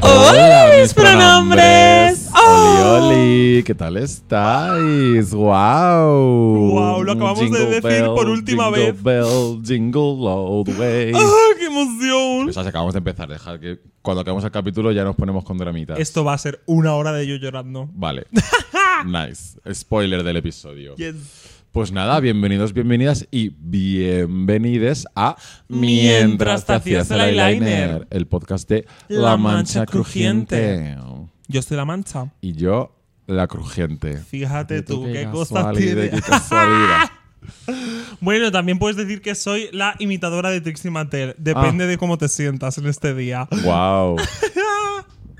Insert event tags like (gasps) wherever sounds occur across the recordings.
Hola, Hola, mis pronombres. Oh. Oli, oli, ¿qué tal estáis? ¡Wow! Guau, lo acabamos de decir por última jingle vez. Bell, jingle all the way. ¡Ah, qué emoción! O sea, si acabamos de empezar, dejar que cuando acabemos el capítulo ya nos ponemos con dramitas. Esto va a ser una hora de yo llorando. (laughs) Vale. nice. Spoiler del episodio. Yes. Pues nada, bienvenidos, bienvenidas y bienvenides a Mientras te hacías el eyeliner. el podcast de La La, Mancha Mancha, crujiente. Yo estoy la mancha. Y yo, La Crujiente. Fíjate tú, qué, cosas casualidad, tiene. qué casualidad. (laughs) Bueno, también puedes decir que soy la imitadora de Trixie Mattel. Ah. Depende de cómo te sientas en este día. wow.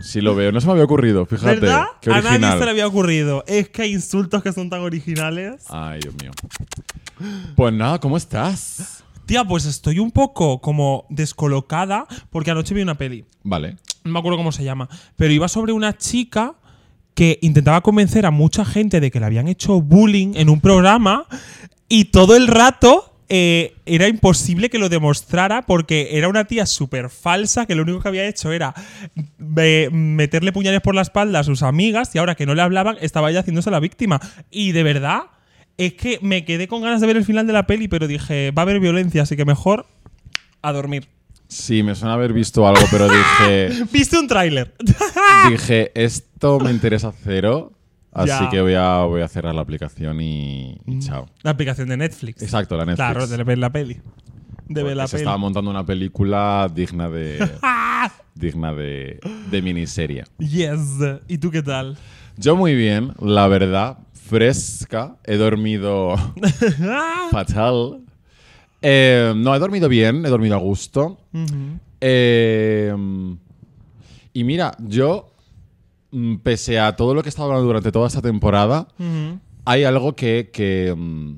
Si lo veo, no se me había ocurrido, fíjate. ¿Verdad? Qué A nadie original. se le había ocurrido. Es que hay insultos que son tan originales. Ay, Dios mío. Pues nada, ¿cómo estás? Tía, pues estoy un poco como descolocada porque anoche vi una peli. Vale. no me acuerdo cómo se llama, pero iba sobre una chica que intentaba convencer a mucha gente de que le habían hecho bullying en un programa y todo el rato eh, era imposible que lo demostrara porque era una tía súper falsa que lo único que había hecho era eh, meterle puñales por la espalda a sus amigas y ahora que no le hablaban estaba ella haciéndose la víctima. Y de verdad es que me quedé con ganas de ver el final de la peli, pero dije, va a haber violencia, así que mejor a dormir. Sí, me suena haber visto algo, pero (laughs) dije, ¿Viste un tráiler? dije, esto me interesa cero, así Ya. que voy a, voy a cerrar la aplicación y, y chao. La aplicación de Netflix. Exacto, la Netflix. Claro, de ver la peli. De ver Porque la se peli. estaba montando una película digna de, (laughs) ¡Ah! digna de, de miniserie. Yes. ¿Y tú qué tal? Yo muy bien, la verdad, fresca. He (laughs) dormido fatal. Eh, no, he dormido bien, he dormido a gusto. Ujú. Eh, y mira, yo, mm, pese a todo lo que he estado hablando durante toda esta temporada, Ujú. hay algo que, que, mm,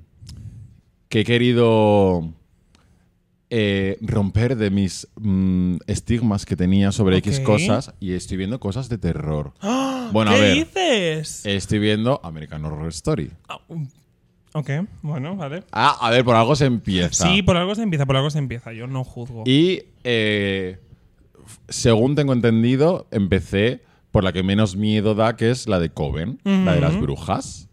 que he querido eh, romper de mis mm, estigmas que tenía sobre X Ok. cosas y estoy viendo cosas de terror. Bueno, a ¿Qué ver, Eh. dices? estoy viendo American Horror Story. Ah, um, ok, bueno, vale. Ah, a ver, por algo se empieza. Sí, por algo se empieza, por algo se empieza. Yo no juzgo. Y eh, f- según tengo entendido, empecé por la que menos miedo da, que es la de Coven, la de las brujas.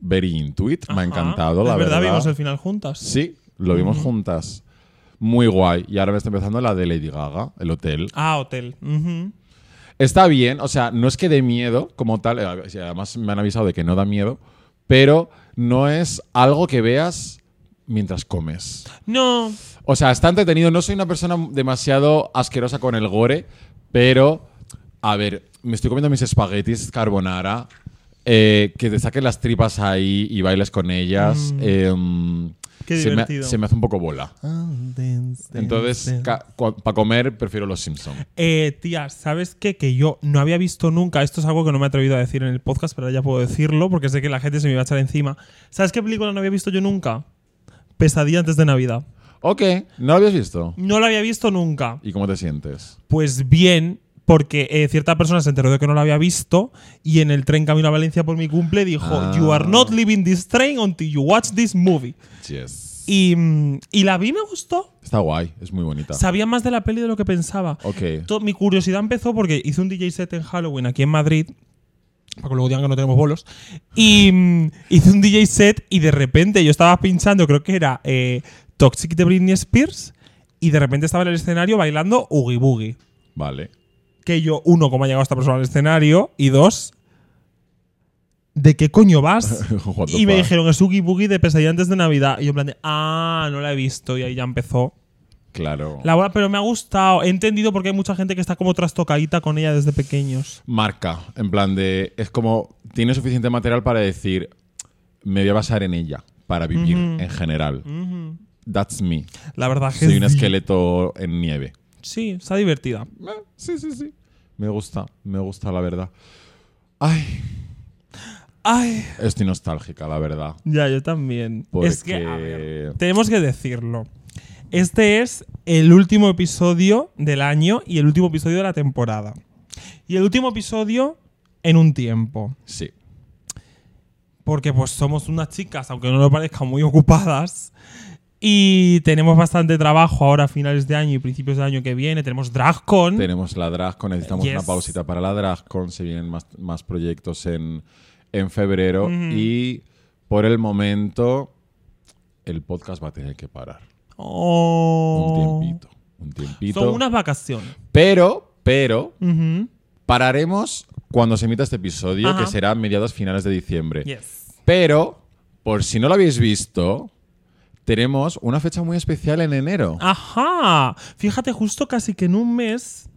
Very Intuit, me ha Ajá. encantado, Es la verdad. vimos el final juntas. Sí, lo vimos juntas. Muy guay. Y ahora me está empezando la de Lady Gaga, el hotel. Ah, hotel. Ujú. Está bien, o sea, no es que dé miedo como tal, eh, si además me han avisado de que no da miedo, pero no es algo que veas mientras comes. No. O sea, está entretenido. No soy una persona demasiado asquerosa con el gore, pero. A ver, me estoy comiendo mis espaguetis carbonara. eh, que te saquen las tripas ahí y bailes con ellas. em, Mm. Qué se me- divertido. se me hace un poco bola. Entonces, para comer prefiero los Simpsons. Eh, tía, ¿sabes qué? Que yo no había visto nunca, esto es algo que no me he atrevido a decir en el podcast, pero ahora ya puedo decirlo porque sé que la gente se me va a echar encima. ¿Sabes qué película no había visto yo nunca? Pesadilla antes de Navidad. Ok, ¿no lo habías visto? No la había visto nunca. ¿Y cómo te sientes? Pues bien, porque eh, cierta persona se enteró de que no la había visto y en el tren camino a Valencia por mi cumple dijo, Ah. You are not leaving this train until you watch this movie. Yes. Y, mm, y la vi, me gustó. Está guay, es muy bonita. Sabía más de la peli de lo que pensaba. Ok. To- mi curiosidad empezó porque hice un DJ set en Halloween aquí en Madrid. Para que luego digan que no tenemos bolos. Y mm, hice un DJ set y de repente yo estaba pinchando, creo que era eh, Toxic de Britney Spears. Y de repente estaba en el escenario bailando Oogie Boogie. Vale. (laughs) Que yo, uno, cómo ha llegado esta persona al escenario. Y dos, ¿de qué (laughs) coño vas? What the y me fuck? dijeron, es Oogie Boogie de Pesadilla antes de Navidad. Y yo en plan de, ah, no la he visto. Y ahí ya empezó. Claro. La verdad, pero me ha gustado. He entendido porque hay mucha gente que está como trastocadita con ella desde pequeños. marca, en plan de, es como, tiene suficiente material para decir, me voy a basar en ella, para vivir en general. That's me. La verdad que Soy un sí. esqueleto en nieve. Sí, está divertida. Eh, Sí, sí, sí. Me gusta, me gusta la verdad. Ay, Ay, estoy nostálgica, la verdad. ya, yo también. Porque- Es que, a ver, tenemos que decirlo. Este es el último episodio del año y el último episodio de la temporada. Y el último episodio en un tiempo. Sí. Porque pues somos unas chicas, aunque no lo parezca, muy ocupadas. Y tenemos bastante trabajo ahora a finales de año y principios de año que viene. Tenemos DragCon. Tenemos la DragCon, necesitamos Yes. una pausita para la DragCon, se vienen más, más proyectos en, en febrero y por el momento el podcast va a tener que parar. Oh. Un tiempito, un tiempito. Son unas vacaciones. Pero, pero, Ujú. pararemos cuando se emita este episodio, Ajá. que será a mediados finales de diciembre. Yes. Pero, por si no lo habéis visto, tenemos una fecha muy especial en enero. Ah. Ajá. Fíjate, justo casi que en un mes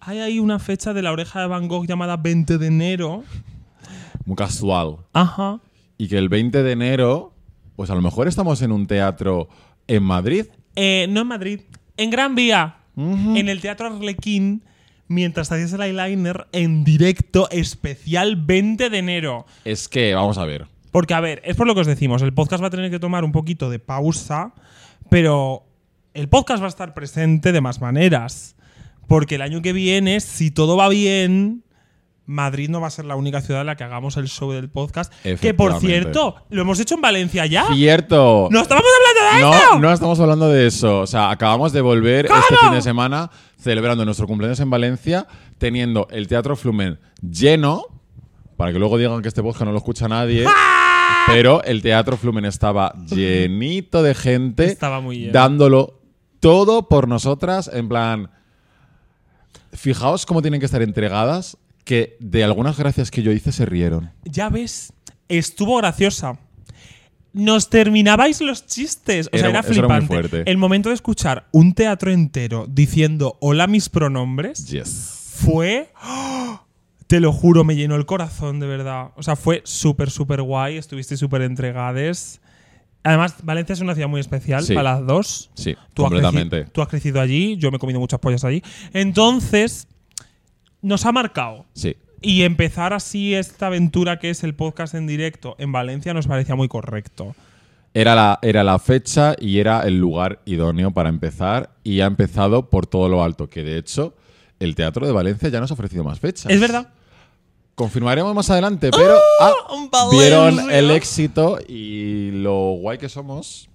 hay ahí una fecha de la oreja de Van Gogh llamada 20 de enero. Muy casual. Ajá. Y que el 20 de enero, pues a lo mejor estamos en un teatro en Madrid. Eh, no en Madrid, en Gran Vía, en el Teatro Arlequín, mientras hacías el eyeliner en directo especial 20 de enero. Es que, vamos a ver. Porque, a ver, es por lo que os decimos, el podcast va a tener que tomar un poquito de pausa, pero el podcast va a estar presente de más maneras. Porque el año que viene, si todo va bien, Madrid no va a ser la única ciudad en la que hagamos el show del podcast. Que, por Efectivamente. cierto, lo hemos hecho en Valencia ya. Cierto. Ah. ¡No estábamos hablando de No, eso! no estamos hablando de eso. O sea, acabamos de volver este fin de semana celebrando nuestro cumpleaños en Valencia, teniendo el Teatro Flumen lleno, para que luego digan que este podcast no lo escucha nadie. Pero el Teatro Flumen estaba llenito de gente, Estaba muy lleno. dándolo todo por nosotras, en plan, fijaos cómo tienen que estar entregadas, que de algunas gracias que yo hice se rieron. Ya ves, estuvo graciosa. Nos terminabais los chistes. O sea, Era- era, eso era muy flipante. fuerte. El momento de escuchar un teatro entero diciendo hola mis pronombres Yes. fue. ¡oh! Te lo juro, me llenó el corazón, de verdad. O sea, fue súper, súper guay. Estuviste súper entregades. Además, Valencia es una ciudad muy especial Sí. para las dos. Sí, Tú has, creci- completamente. tú has crecido allí, yo me he comido muchas pollas allí. Entonces, nos ha marcado. Sí. Y empezar así esta aventura que es el podcast en directo en Valencia nos parecía muy correcto. Era la, era la fecha y era el lugar idóneo para empezar y ha empezado por todo lo alto, que de hecho el Teatro de Valencia ya nos ha ofrecido más fechas. Es verdad. Confirmaremos más adelante, pero ah, Valencia. vieron el éxito y lo guay que somos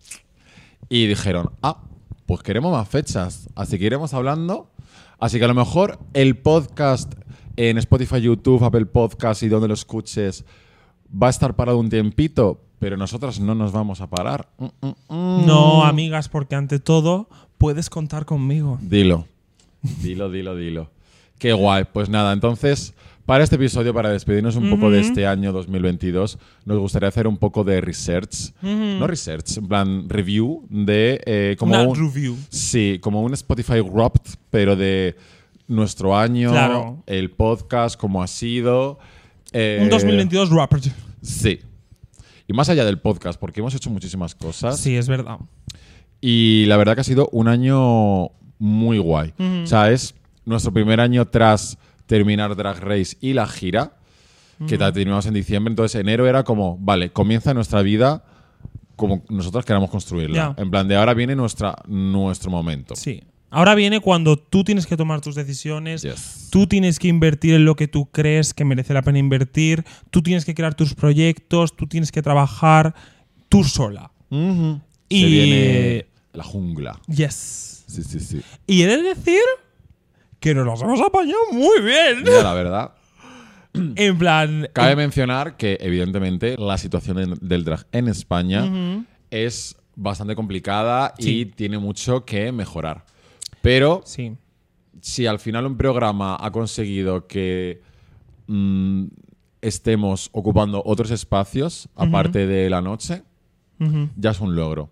y dijeron, ah, pues queremos más fechas, así que iremos hablando. Así que a lo mejor el podcast en Spotify, YouTube, Apple Podcast y donde lo escuches va a estar parado un tiempito, pero nosotras no nos vamos a parar. Mm, mm, mm. No, amigas, porque ante todo puedes contar conmigo. Dilo. Dilo, dilo, dilo. Qué guay. Pues nada, entonces, para este episodio, para despedirnos un poco de este año 2022, nos gustaría hacer un poco de research. No research, en plan review de eh, como Una un, review. Sí, como un Spotify Wrapped, pero de nuestro año, Claro. el podcast, cómo ha sido. eh, Un 2022 rapper. Sí. Y más allá del podcast, porque hemos hecho muchísimas cosas. Sí, es verdad. Oh. Y la verdad que ha sido un año muy guay. O sea, es nuestro primer año tras terminar Drag Race y la gira, que la terminamos en diciembre. Entonces, enero era como, vale, comienza nuestra vida como nosotros queramos construirla. Ya. En plan, de ahora viene nuestra, nuestro momento. Sí. Ahora viene cuando tú tienes que tomar tus decisiones, Yes. tú tienes que invertir en lo que tú crees que merece la pena invertir, tú tienes que crear tus proyectos, tú tienes que trabajar tú sola. Ujú. Y- Se viene la jungla. Yes. Sí, sí, sí. Y he de decir que nos los hemos apañado muy bien. Mira, la verdad. (laughs) En plan. Cabe mencionar que, evidentemente, la situación en- del drag en España es bastante complicada y Sí. tiene mucho que mejorar. Pero Sí. si al final un programa ha conseguido que mm, estemos ocupando otros espacios, aparte de la noche, ya es un logro.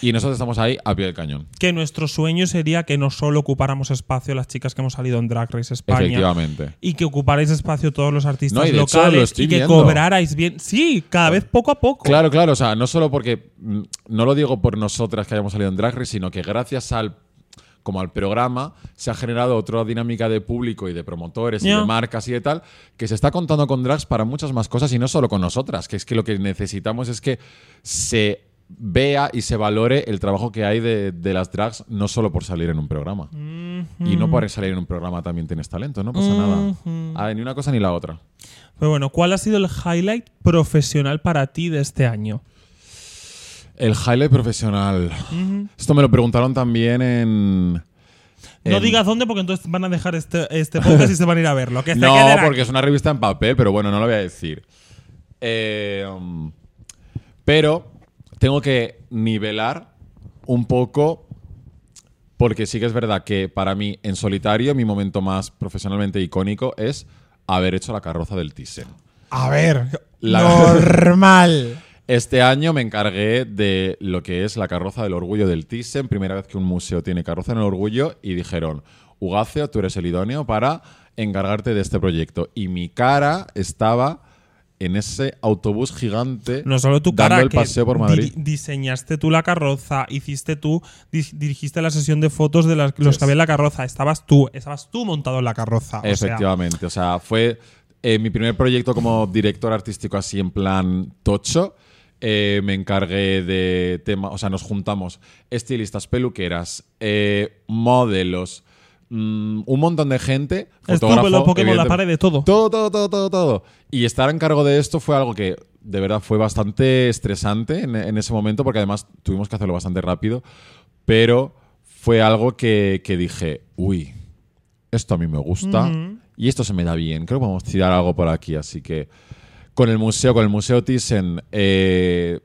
Y nosotros estamos ahí a pie del cañón. Que nuestro sueño sería que no solo ocupáramos espacio las chicas que hemos salido en Drag Race España. Efectivamente. Y que ocuparais espacio todos los artistas No, y de hecho locales lo estoy y que viendo. cobrarais bien. Sí, cada vez poco a poco. Claro, claro, o sea, no solo porque mm, no lo digo por nosotras que hayamos salido en Drag Race, sino que gracias al como al programa se ha generado otra dinámica de público y de promotores y Ya. de marcas y de tal que se está contando con drags para muchas más cosas y no solo con nosotras, que es que lo que necesitamos es que se vea y se valore el trabajo que hay de, de las drags no solo por salir en un programa. Y no por salir en un programa también tienes talento, no pasa nada. Ah, ni una cosa ni la otra. Pero bueno, ¿cuál ha sido el highlight profesional para ti de este año? El highlight profesional. Esto me lo preguntaron también en. No en- digas dónde porque entonces van a dejar este, este podcast y se van a ir a verlo. Que (laughs) se No, queden aquí. porque es una revista en papel, pero bueno, no lo voy a decir. Eh, um, pero tengo que nivelar un poco, porque sí que es verdad que para mí, en solitario, mi momento más profesionalmente icónico es haber hecho la carroza del Thyssen. A ver, La- normal. Este año me encargué de lo que es la carroza del orgullo del Thyssen, primera vez que un museo tiene carroza en el orgullo, y dijeron, Ugacio, tú eres el idóneo para encargarte de este proyecto. Y mi cara estaba en ese autobús gigante No solo tu dando cara, el que paseo por di- Madrid. diseñaste tú la carroza, hiciste tú, di- dirigiste la sesión de fotos de las- los que había en la carroza, estabas tú, estabas tú montado en la carroza. o sea, Efectivamente, o sea, fue eh, mi primer proyecto como director artístico así en plan tocho. Eh, me encargué de tema, o sea, nos juntamos estilistas, peluqueras, eh, modelos, mm, un montón de gente. Estuvo fotógrafo, los Pokémon, la evidente- pared de todo. todo, todo, todo, todo, todo. Y estar en cargo de esto fue algo que de verdad fue bastante estresante en, en ese momento, porque además tuvimos que hacerlo bastante rápido, pero fue algo que, que dije, uy, esto a mí me gusta y esto se me da bien, creo que vamos a tirar algo por aquí, así que con el museo, con el museo Thyssen, eh,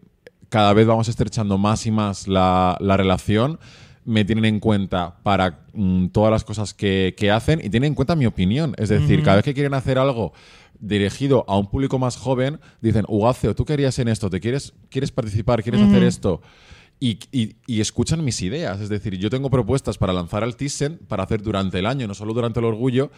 cada vez vamos estrechando más y más la, la relación. Me tienen en cuenta para mm, todas las cosas que, que hacen y tienen en cuenta mi opinión. Es decir, cada vez que quieren hacer algo dirigido a un público más joven, dicen, Ugacio, tú querías en esto, te quieres, quieres participar, quieres hacer esto. Y, y- y escuchan mis ideas. Es decir, yo tengo propuestas para lanzar al Thyssen para hacer durante el año, no solo durante el orgullo,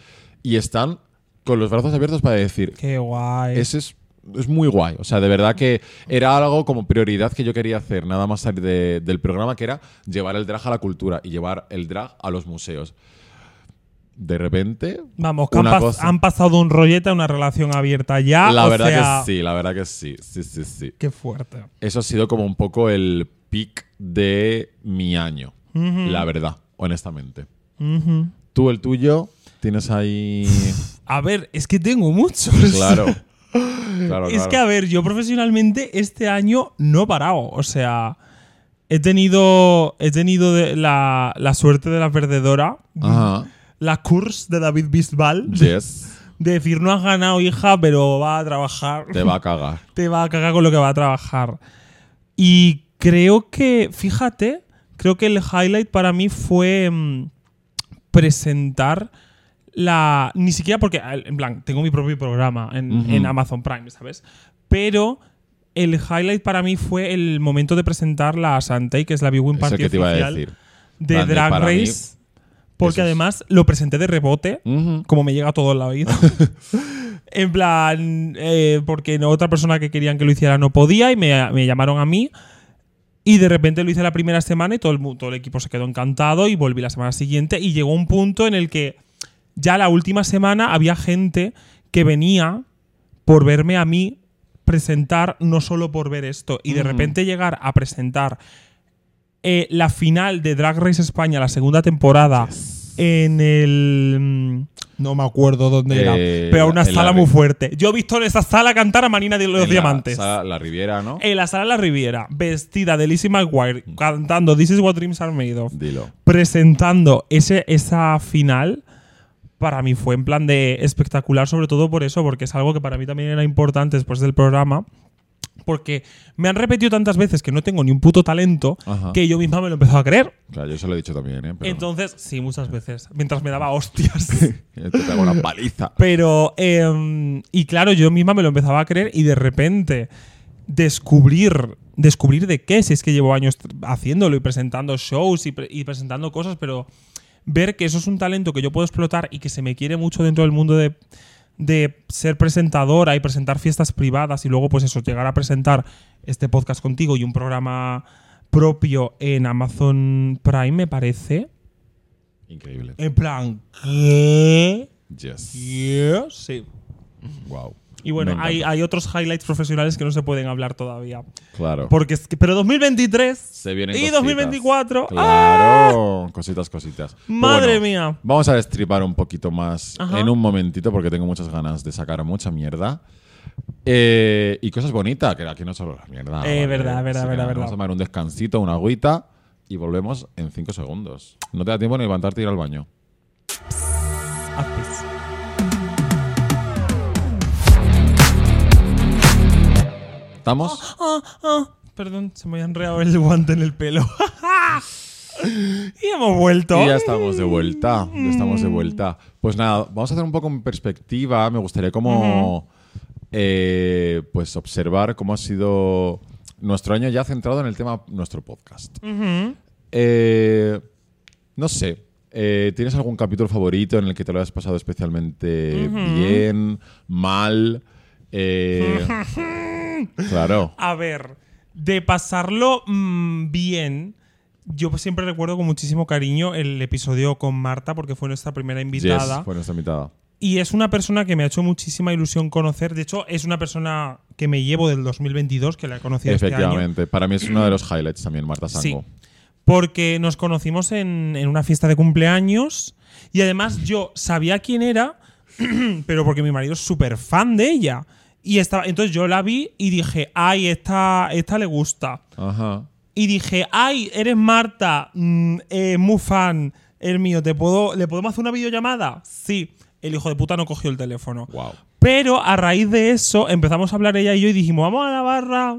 y están con los brazos abiertos para decir, Qué guay. ese es, es muy guay. O sea, de verdad que era algo como prioridad que yo quería hacer, nada más salir de- del programa, que era llevar el drag a la cultura y llevar el drag a los museos. De repente. Vamos, que han, una pas- cosa- han pasado un rollete a una relación abierta ya. la Ah, o verdad sea, que sí, la verdad que sí. Sí, sí, sí. Qué fuerte. Eso ha sido como un poco el pic de mi año. La verdad, honestamente. Ujú. Tú, el tuyo, tienes (laughs) ahí. A ver, es que tengo muchos. (laughs) claro. Claro, Es claro. que, a ver, yo profesionalmente este año no he parado. O sea, he tenido, he tenido de- la, la suerte de la perdedora, Ajá. la curse de David Bisbal, Yes. de decir, no has ganado, hija, pero va a trabajar. Te va a cagar. Te va a cagar con lo que va a trabajar. Y creo que, fíjate, creo que el highlight para mí fue mm, presentar la... Ni siquiera porque, al- en plan, tengo mi propio programa en, Ujú. en Amazon Prime, ¿sabes? Pero el highlight para mí fue el momento de presentar la Santei, que es la Big Es Win el Party que te iba a oficial decir. de Grande, Drag para mí, Race. Porque es. además lo presenté de rebote Ujú. como me llega todo en la vida. en plan, eh, porque no- otra persona que querían que lo hiciera no podía y me, me llamaron a mí. Y de repente lo hice la primera semana y todo el, mu- todo el equipo se quedó encantado y volví la semana siguiente y llegó un punto en el que ya la última semana había gente que venía por verme a mí presentar, no solo por ver esto, y de repente llegar a presentar eh, la final de Drag Race España, la segunda temporada, en el... mm, (laughs) No me acuerdo dónde era. Eh, pero una en la sala Ri- muy fuerte. Yo he visto en esa sala cantar a Marina de los en la Diamantes. Eh. sala- La, Riviera, ¿no? en la sala de la Riviera, vestida de Lizzie McGuire, cantando This is what dreams are made of, Dilo. presentando ese, esa final, para mí fue en plan de espectacular, sobre todo por eso, porque es algo que para mí también era importante después del programa. Porque me han repetido tantas veces que no tengo ni un puto talento Ajá. que yo misma me lo empezó a creer. Claro, yo se lo he dicho también, ¿eh? Pero Entonces, sí, muchas veces. Mientras me daba hostias. (laughs) Te pego una paliza. (laughs) Pero, eh, y claro, yo misma me lo empezaba a creer y de repente descubrir, descubrir de qué, si es que llevo años tr- haciéndolo y presentando shows y, pre- y presentando cosas, pero ver que eso es un talento que yo puedo explotar y que se me quiere mucho dentro del mundo de, de ser presentadora y presentar fiestas privadas y luego pues eso, llegar a presentar este podcast contigo y un programa propio en Amazon Prime, me parece. Increíble. En plan, ¿qué? Yes. Yeah, sí. Wow. Y bueno, Me hay, encanta. hay otros highlights profesionales que no se pueden hablar todavía. Claro. Porque es que- pero 2023 se vienen y cositas. 2024. ¡ah! Claro. Cositas, cositas. Pero Madre bueno, mía. Vamos a destripar un poquito más Ajá. en un momentito porque tengo muchas ganas de sacar mucha mierda. Eh, y cosas bonitas, que aquí no solo la mierda. Eh, verdad, verdad, que verdad, nada, verdad. Vamos a tomar un descansito, una agüita y volvemos en 5 segundos. No te da tiempo ni levantarte y ir al baño. Haz pis. ¿Estamos? Ah, ah. Perdón, se me ha enredado el guante en el pelo. (laughs) y hemos vuelto. Y ya estamos de vuelta. Ya estamos Mm. de vuelta. Pues nada, vamos a hacer un poco en perspectiva. Me gustaría como eh, pues observar cómo ha sido nuestro año ya centrado en el tema nuestro podcast. Ujú. Eh, no sé. eh, ¿Tienes algún capítulo favorito en el que te lo hayas pasado especialmente bien, mal? (laughs) Eh, claro. A ver, de pasarlo mm, bien, yo siempre recuerdo con muchísimo cariño el episodio con Marta, porque fue nuestra primera invitada. Yes, fue nuestra invitada. Y es una persona que me ha hecho muchísima ilusión conocer. De hecho, es una persona que me llevo del 2022, que la he conocido este año. Efectivamente. Para mí es uno de los highlights también, Marta Sango. Sí, porque nos conocimos en, en una fiesta de cumpleaños y además yo sabía quién era, (clears throat) pero porque mi marido es súper fan de ella. Y estaba, entonces yo la vi y dije, ay, esta, esta le gusta. Ajá. Y dije, ay, eres Marta, mm, eh, muy fan, el mío, ¿te puedo, ¿le podemos hacer una videollamada? Sí. El hijo de puta no cogió el teléfono. Wow. Pero a raíz de eso empezamos a hablar ella y yo y dijimos, vamos a la barra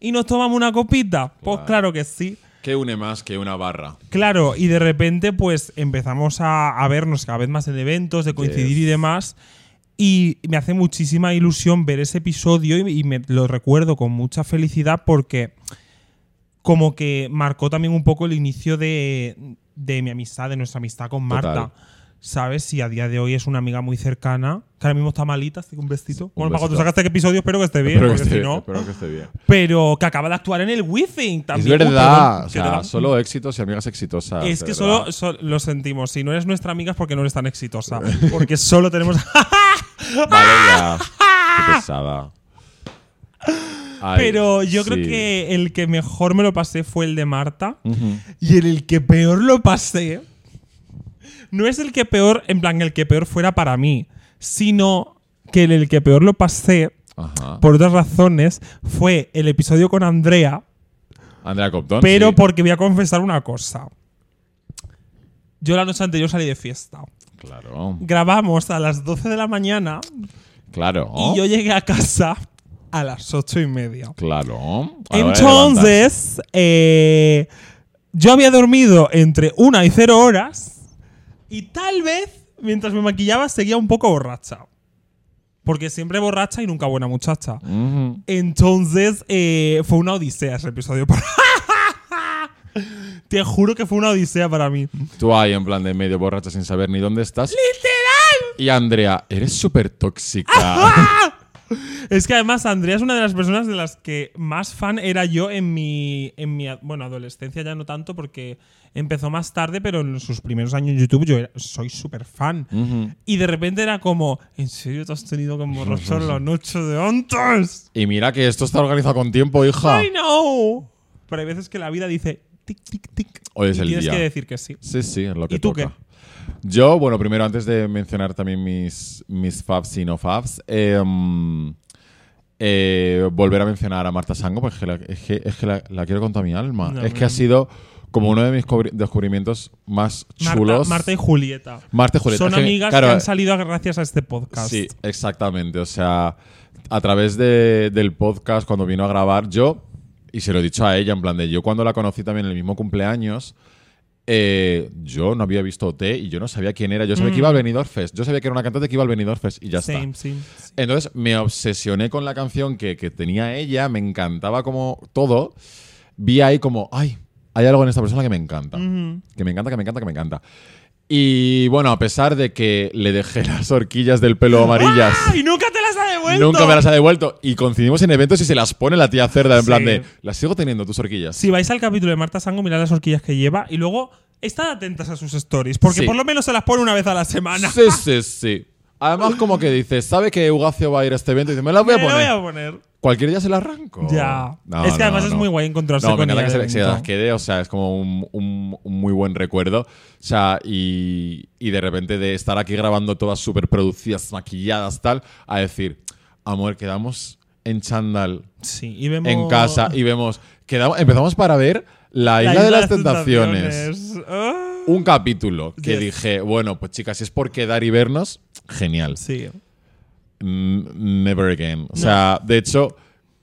y nos tomamos una copita. Pues Guau. claro que sí. ¿Qué une más que una barra? Claro, y de repente pues empezamos a, a vernos cada vez más en eventos, de coincidir y demás. Y me hace muchísima ilusión ver ese episodio y, y me lo recuerdo con mucha felicidad porque como que marcó también un poco el inicio de, de mi amistad, de nuestra amistad con Marta. Total. ¿Sabes? Y a día de hoy es una amiga muy cercana, que ahora mismo está malita, así que un besito. bueno, Paco, tú besito. sacaste qué episodio, espero que esté bien, Espero que, porque esté, si no... este, espero que esté bien. Pero que acaba de actuar en el Withing es también. verdad. Uy, perdón, o que sea, te da- solo éxitos y amigas exitosas. es de que Ah, verdad. solo, sol- lo sentimos. Si no eres nuestra amiga es porque no eres tan exitosa. Porque solo tenemos. Vale, (laughs) ya. Qué pesada. (laughs) Ay, Pero yo creo sí. Mm. que el que mejor me lo pasé fue el de Marta. Ujú. Y en el que peor lo pasé. No es el que peor, en plan, el que peor fuera para mí. Sino que en el que peor lo pasé, Ajá. por otras razones, fue el episodio con Andrea. Andrea Copton. Pero sí. porque voy a confesar una cosa. Yo la noche anterior salí de fiesta. Claro. Grabamos a las 12 de la mañana. Claro. Y yo llegué a casa a las ocho y media. Claro. A la hora de levantarse. Entonces, eh, yo había dormido entre una y cero horas y tal vez mientras me maquillaba seguía un poco borracha. Porque siempre borracha y nunca buena muchacha. Ujú. Entonces, eh, fue una odisea ese episodio. (laughs) para- Te juro que fue una odisea para mí. Tú ahí en plan de medio borracha sin saber ni dónde estás. ¡Literal! Y Andrea, eres súper (laughs) tóxica. Es que además Andrea es una de las personas de las que más fan era yo en mi, en mi ad- bueno, adolescencia ya no tanto porque empezó más tarde, pero en sus primeros años en YouTube yo era- soy súper fan. Ujú. Y de repente era como, ¿en serio te has tenido (laughs) que emborrachar la noche de antes? Y mira que esto está organizado con tiempo, hija. ¡I know! Pero hay veces que la vida dice, tic, tic, tic. Hoy es y el tienes día. que decir que sí. Sí, sí, es lo que ¿Y tú toca. Yo, bueno, primero, antes de mencionar también mis, mis faves y no faves, eh, mm, eh, volver a mencionar a Marta Sango, porque es que la, es que- es que la- la quiero con toda mi alma. No, es no. que ha sido como uno de mis cobri- descubrimientos más Marta, chulos. Marta y Julieta. Marta y Julieta. Son Es que, amigas claro, que han salido gracias a este podcast. Sí, exactamente. O sea, a través de- del podcast, cuando vino a grabar, yo, y se lo he dicho a ella, en plan de yo cuando la conocí también en el mismo cumpleaños, eh, yo no había visto OT y yo no sabía quién era. Yo sabía que iba al Benidorm Fest. Yo sabía que era una cantante que iba al Benidorm Fest y ya está. Same, same, same. Entonces me obsesioné con la canción que, que tenía ella, me encantaba como todo. Vi ahí como, ay, hay algo en esta persona que me encanta. Que me encanta, que me encanta, que me encanta. Y bueno, a pesar de que le dejé (laughs) las horquillas del pelo amarillas, ¡Ah! ¡Y nunca te las ha devuelto! nunca me las ha devuelto. Y coincidimos en eventos y se las pone la tía cerda, en Sí. plan de, las sigo teniendo tus horquillas. Si vais al capítulo de Marta Sango, mirad las horquillas que lleva y luego estad atentas a sus stories, porque Sí. por lo menos se las pone una vez a la semana. Sí, sí, sí. Además, como que dice, sabe que Eugacio va a ir a este evento y dice, me las (laughs) voy a Me lo poner. voy a poner. Cualquier día se la arranco. Ya. No, Es que no, además es no. muy guay encontrarse no, me con encanta ella que se, de le- se momento. las quede, o sea, es como un, un- un muy buen recuerdo. O sea, y, y de repente de estar aquí grabando todas súper producidas, maquilladas, tal, a decir, amor, quedamos en chandal Sí, y vemos. en casa y vemos. Quedamos, empezamos para ver La Isla, de las Tentaciones. Ah, Un capítulo que Yes. dije, bueno, pues chicas, si es por quedar y vernos, genial. sí. Mm, Never again. O sea, de hecho,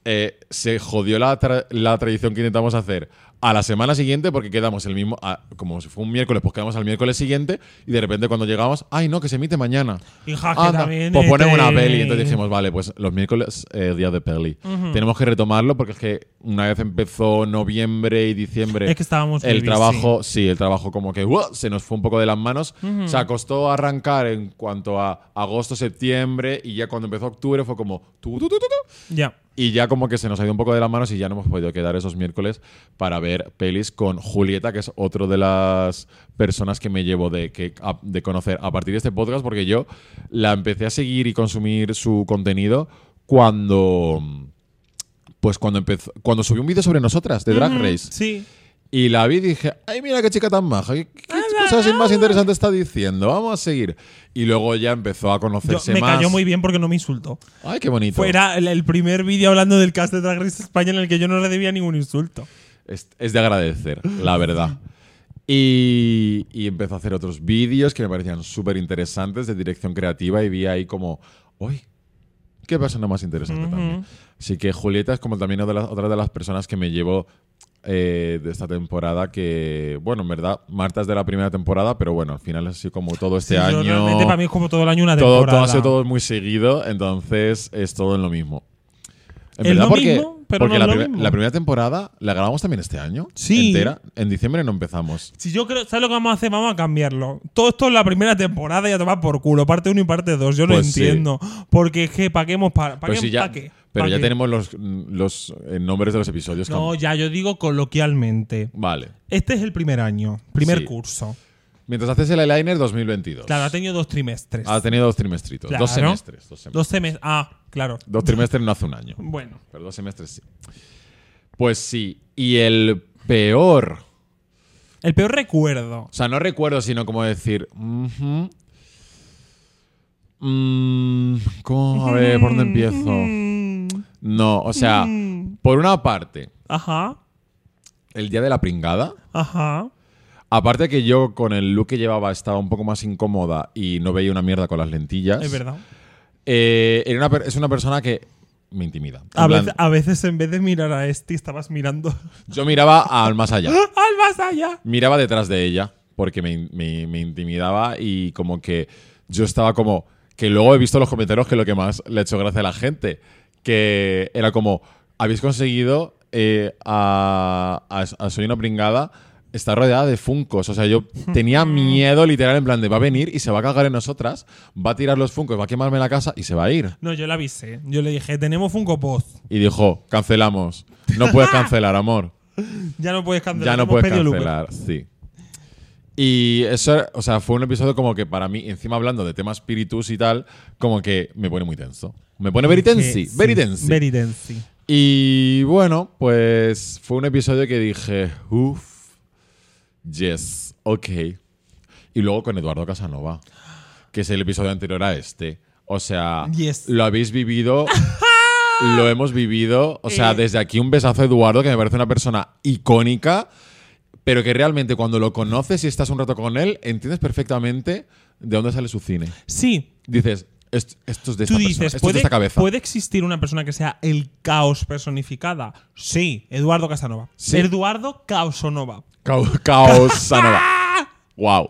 eh, se jodió la, tra- la tradición que intentamos hacer a la semana siguiente porque quedamos el mismo, a- como si fue un miércoles, pues quedamos al miércoles siguiente y de repente cuando llegamos, ay no, que se emite mañana. Hija, que Anda, también pues ponemos este- una peli. Entonces dijimos, vale, pues los miércoles eh, día de peli. Tenemos que retomarlo porque es que una vez empezó noviembre y diciembre, Es que estábamos muy el busy. trabajo, sí, el trabajo como que ¡guau! se nos fue un poco de las manos. O sea, costó arrancar en cuanto a agosto, septiembre y ya cuando empezó octubre fue como tu, tu, tu, tu, tu. Ya. y ya como que se nos ha ido un poco de las manos y ya no hemos podido quedar esos miércoles para ver pelis con Julieta, que es otro de las personas que me llevo de, que, a- de conocer a partir de este podcast, porque yo la empecé a seguir y consumir su contenido cuando... Pues cuando empezó, cuando subí un vídeo sobre nosotras de Drag Race. Sí. Y la vi y dije, ay, mira qué chica tan maja, qué, qué cosas más interesantes está diciendo, vamos a seguir. Y luego ya empezó a Yo- conocerse me más. cayó muy bien porque no me insultó. Ay, qué bonito. Fue, era el, el primer vídeo hablando del cast de Drag Race España en el que yo no le debía ningún insulto. Es, es de agradecer, la verdad. Y, y empezó a hacer otros vídeos que me parecían súper interesantes de dirección creativa y vi ahí como, uy, qué persona más interesante también. Así que Julieta es como también otra de las- otra de las personas que me llevo eh, de esta temporada que, bueno, en verdad, Marta es de la primera temporada, pero bueno, al final ha sido como todo este Sí, yo año. realmente para mí es como todo el año una todo, temporada. todo ha sido todo muy seguido, entonces es todo en lo mismo. En Es verdad, lo porque, mismo, pero porque no la, es lo primer- mismo. la primera temporada la grabamos también este año. Sí. Entera. En diciembre no empezamos. Si yo creo, ¿sabes lo que vamos a hacer? Vamos a cambiarlo. Todo esto es la primera temporada y a tomar por culo. Parte 1 y parte 2. Yo Pues no sí. entiendo. Porque es que paguemos para. Pero, sí ya, qué? pero ¿Pa' ya qué? tenemos los, los eh, nombres de los episodios. No, Cam- ya yo digo coloquialmente. Vale. Este es el primer año, primer Sí. curso. Mientras haces el eyeliner 2022. Claro, ha tenido dos trimestres. Ha tenido dos trimestritos. Claro. Dos semestres. Dos, sem- Dos semestres. Ah, claro. dos trimestres no hace un año. Bueno. Pero dos semestres sí. Pues sí. Y el peor El peor recuerdo. O sea, no recuerdo, sino como decir. "Ujú. Mm, ¿Cómo? A ver, ¿por dónde empiezo? Mm, No, o sea, por una parte, ajá, el día de la pringada. ajá. Aparte que yo con el look que llevaba estaba un poco más incómoda y no veía una mierda con las lentillas. Es verdad. Eh, era una per- es una persona que me intimida. En A plan, veces, a veces en vez de mirar a este, estabas mirando (laughs) Yo miraba al más allá. al más allá. miraba detrás de ella porque me, me- me intimidaba y como que yo estaba como que luego he visto en los comentarios que lo que más le ha hecho gracia a la gente que era como habéis conseguido eh, a, a- a soy una pringada está rodeada de funcos o sea yo tenía miedo literal en plan de va a venir y se va a cagar en nosotras va a tirar los funcos va a quemarme la casa y se va a ir No, yo le avisé. Yo le dije, tenemos Funko Pop. y dijo cancelamos no puedes cancelar amor Ya no puedes cancelar. ya no hemos puedes pedido Lupe. cancelar, sí. Y eso, o sea, fue un episodio como que para mí, encima hablando de temas espíritus y tal, como que me pone muy tenso. Me pone very tensi, Que sí, very tensi. very tensi. Y bueno, pues fue un episodio que dije, uff, yes, ok. Y luego con Eduardo Casanova, que es el episodio anterior a este. O sea, Yes. lo habéis (laughs) vivido, lo hemos vivido. O sea, Eh. desde aquí un besazo a Eduardo, que me parece una persona icónica, pero que realmente cuando lo conoces y estás un rato con él, entiendes perfectamente de dónde sale su cine. Sí, Dices, "Est- esto es de esta Tú persona, dices, esto es de ¿puede, esta cabeza. ¿puede existir una persona que sea el caos personificada? Sí, Eduardo Casanova. Sí. Eduardo Caosonova. Cao- Caos (laughs) Sanova. wow.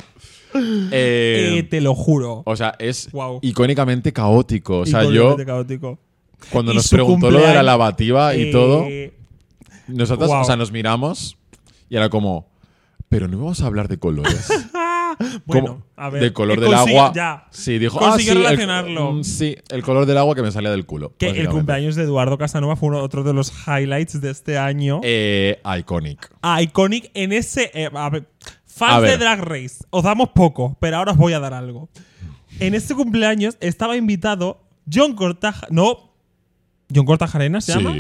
Eh, te lo juro. o sea, es Guau. icónicamente caótico. O sea, yo Igualmente caótico. cuando Y nos su preguntó lo de la cumpleaños, lavativa Ah, y Eh, todo, nosotros, guau. o sea, nos miramos y era como, pero no vamos a hablar de colores. (laughs) Bueno, Como- a ver. De color Eh, del consigue- agua. Ya. Sí, dijo, ah, sí, Consiguió el- relacionarlo. mm, sí, el color del agua que me salía del culo. que el básicamente. cumpleaños de Eduardo Casanova fue uno, otro de los highlights de este año. Eh, iconic. a Iconic en ese. eh, a ver, fans A ver. de Drag Race, os damos poco, pero ahora os voy a dar algo. En este cumpleaños estaba invitado John Cortajarena. No, John Cortajarena se Sí. llama.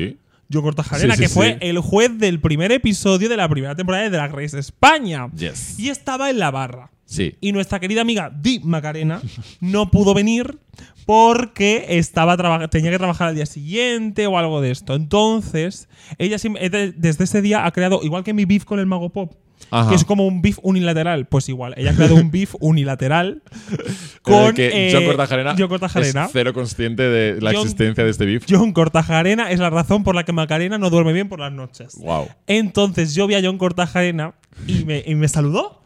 John Cortajarena, Sí, sí, que fue sí. el juez del primer episodio de la primera temporada de Drag Race España. Yes. Y estaba en la barra. Sí. Y nuestra querida amiga Di Macarena no pudo venir porque estaba traba- tenía que trabajar al día siguiente o algo de esto. Entonces, ella sim- eh, de- desde ese día ha creado, igual que mi beef con el Mago Pop, Ajá. que es como un beef unilateral, pues igual, ella ha creado un beef unilateral (laughs) Con con el que eh, John Cortajarena, John Cortajarena. es cero consciente de la John- existencia de este beef. John Cortajarena es la razón por la que Macarena no duerme bien por las noches. Wow. Entonces yo vi a John Cortajarena y me, y me saludó.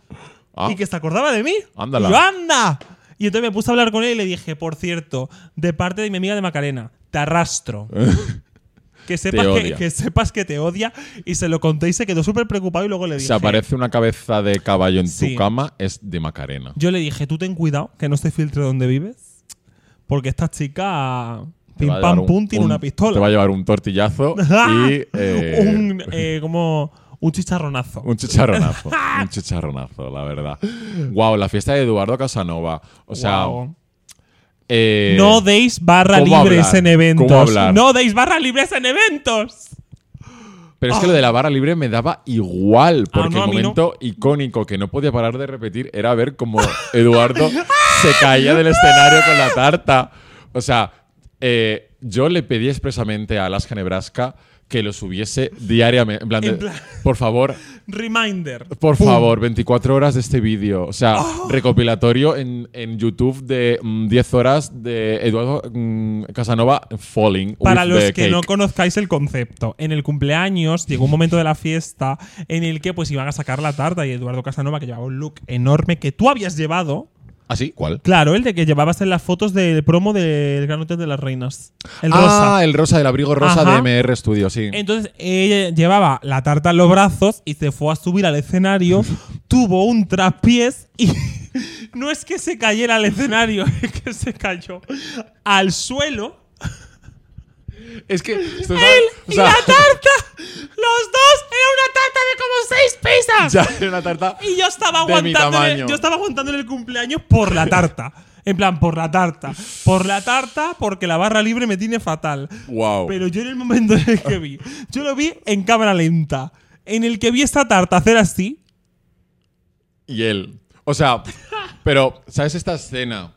Ah. Y que se acordaba de mí. Ándala. Y yo, ¡anda! Y entonces me puse a hablar con él y le dije, por cierto, de parte de mi amiga de Macarena, (laughs) te arrastro. que, sepas Te que, odia. que sepas que te odia. Y se lo conté y se quedó súper preocupado y luego le dije... Si aparece una cabeza de caballo en Sí. tu cama, es de Macarena. Yo le dije, tú ten cuidado que no se filtre donde vives. Porque esta chica... Te Pim va a llevar pam un- pum tiene un- una pistola. Te va a llevar un (laughs) tortillazo y eh, un, un, eh, como un chicharronazo. chicharronazo. un chicharronazo, la verdad. Wow, la fiesta de Eduardo Casanova. O sea, Guau. eh, no deis barra ¿cómo libres hablar? en ¿Cómo eventos. hablar? No deis barra libres en eventos. Pero es que lo de la barra libre me daba igual, porque Ah. no, a el mí no. momento icónico que no podía parar de repetir era ver cómo Eduardo se caía del escenario con la tarta. O sea, eh, yo le pedí expresamente a Alaska Nebraska que lo subiese diariamente. En plan, de, En plan- por favor, Reminder. por favor, 24 horas de este vídeo. O sea, Ah. recopilatorio en, en YouTube de mm, 10 horas de Eduardo mm, Casanova Falling. Para with los the que no cake. conozcáis el concepto, en el cumpleaños llegó un momento de la fiesta en el que pues iban a sacar la tarta y Eduardo Casanova, que llevaba un look enorme que tú habías llevado, ¿Ah, sí? ¿Cuál? claro, el de que llevabas en las fotos del promo del Gran Hotel de las Reinas. El rosa. Ah, el rosa, el abrigo rosa Ajá. de MR Studio, sí. Entonces ella llevaba la tarta en los brazos y se fue a subir al escenario, tuvo un traspiés y (laughs) no es que se cayera al escenario, (laughs) es que se cayó al suelo. Es que. esto es- Él o y sea, (laughs) la tarta, los dos, era una tarta de como seis pesas. Ya era una tarta. Y yo estaba De mi aguantándole, tamaño. yo estaba aguantándole el cumpleaños por la tarta. En plan, por la tarta. Por la tarta, porque la barra libre me tiene fatal. Wow. Pero yo en el momento en el que vi, yo lo vi en cámara lenta. En el que vi esta tarta hacer así, Y él. O sea, pero, ¿sabes esta escena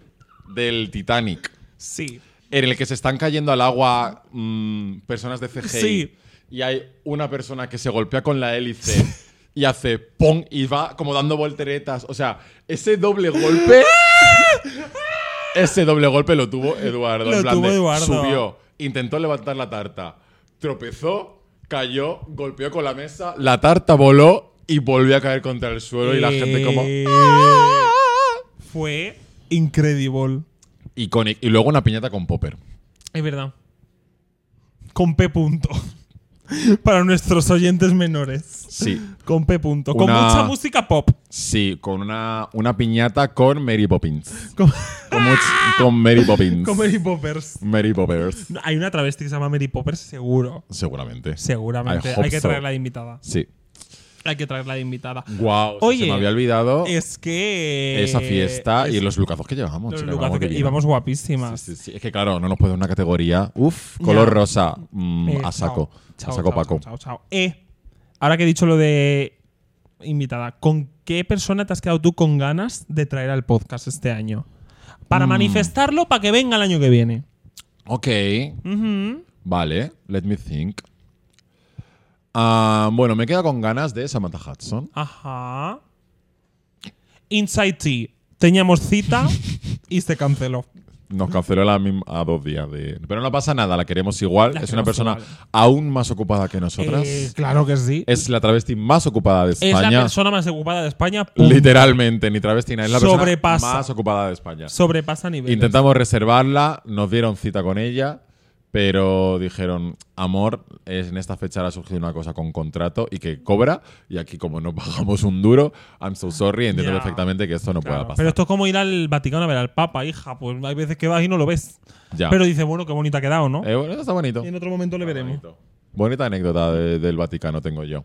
del Titanic? sí. En el que se están cayendo al agua mm, personas de CGI. Sí. Y hay una persona que se golpea con la hélice y hace pong y va como dando volteretas. O sea, ese doble (laughs) golpe. ese doble golpe lo tuvo Eduardo. Lo en plan tuvo de, Eduardo. Subió, intentó levantar la tarta, tropezó, cayó, golpeó con la mesa, la tarta voló y volvió a caer contra el suelo y la gente Ah. como. Eh, Fue increíble. Iconic. Y luego una piñata con Popper. Es verdad. Con P punto. (laughs) Para nuestros oyentes menores. Sí. Con P punto. Con Una- mucha música pop. Sí, con una, una piñata con Mary Poppins. (laughs) Con, Con, much- con Mary Poppins. con Mary Poppers. Mary Poppers. No, Hay una travesti que se llama Mary Poppers, seguro. Seguramente. I Seguramente. hope Hay que so. traerla de invitada. Sí. Hay que traerla de invitada. Wow. Oye, se me había olvidado Es que. esa fiesta y es- los lucazos que llevamos. los chica, lugares vamos, que- qué bien. íbamos Sí, guapísimas. sí, sí. Es que claro, no nos puede una categoría. Uf, color Ya. rosa. mm, Eh, a saco. chao. a Chao, saco chao, Paco. Chao, chao. Eh, ahora que he dicho lo de invitada, ¿con qué persona te has quedado tú con ganas de traer al podcast este año? Mm. Para manifestarlo, para que venga el año que viene. Ok. Vale. Let me think. Ah, bueno, me quedo con ganas de Samantha Hudson. Ajá. Inside Tea. Teníamos (laughs) cita y se canceló. Nos canceló la mim- a dos días de. Pero no pasa nada, la queremos igual. La es una queremos persona igual. aún más ocupada que nosotras. Eh, Claro que sí. es la travesti más ocupada de Es la España. persona más ocupada de España. punto. Literalmente, ni travesti, nada, es la Sobrepasa. persona más ocupada de España. Sobrepasa niveles. Intentamos reservarla, nos dieron cita con ella, pero dijeron, amor, es, en esta fecha ha surgido una cosa con contrato y que cobra, y aquí como no pagamos un duro, I'm so sorry, entiendo Ya. perfectamente que esto no Claro, pueda pasar. Pero esto es como ir al Vaticano a ver al Papa, hija. Pues hay veces que vas y no lo ves. Ya. Pero dices, bueno, qué bonita ha quedado, ¿no? Eh, bueno, está bonito. Y en otro momento le veremos. Bonito. Bonita anécdota de- del Vaticano tengo yo.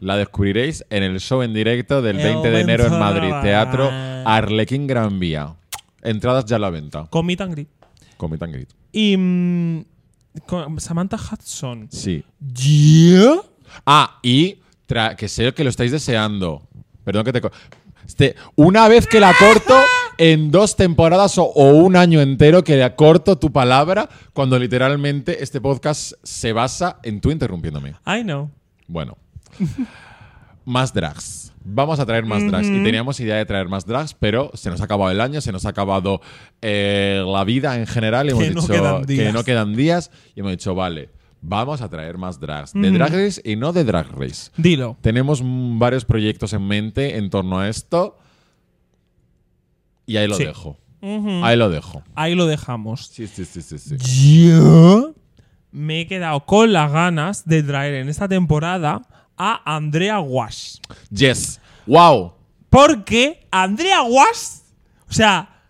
La descubriréis en el show en directo del El 20 de enero en 20 de Madrid, enero. Teatro Arlequín Gran Vía. Entradas ya a la venta. Con Meet and Greet. Con meet and greet. Y. mm, con Samantha Hudson. Sí. ¿Yo? Ah, y tra- que sé que lo estáis deseando. Perdón que te. co- Este, una vez que la corto, en dos temporadas o, o un año entero que la corto tu palabra, cuando literalmente este podcast se basa en tú interrumpiéndome. I know. Bueno. más drags. Vamos a traer más drags. Y teníamos idea de traer más drags, pero se nos ha acabado el año, se nos ha acabado eh, la vida en general. y Hemos Que no dicho quedan que días. no quedan días. Y hemos dicho, vale, vamos a traer más drags. De Drag Race y no de Drag Race. Dilo. Tenemos mm, varios proyectos en mente en torno a esto. Y ahí lo Sí. dejo. Ahí lo dejo. Ahí lo dejamos. Sí, sí, sí, sí, sí. Yo me he quedado con las ganas de traer en esta temporada a Andrea Wash. Yes. Wow. Porque Andrea Wash, o sea,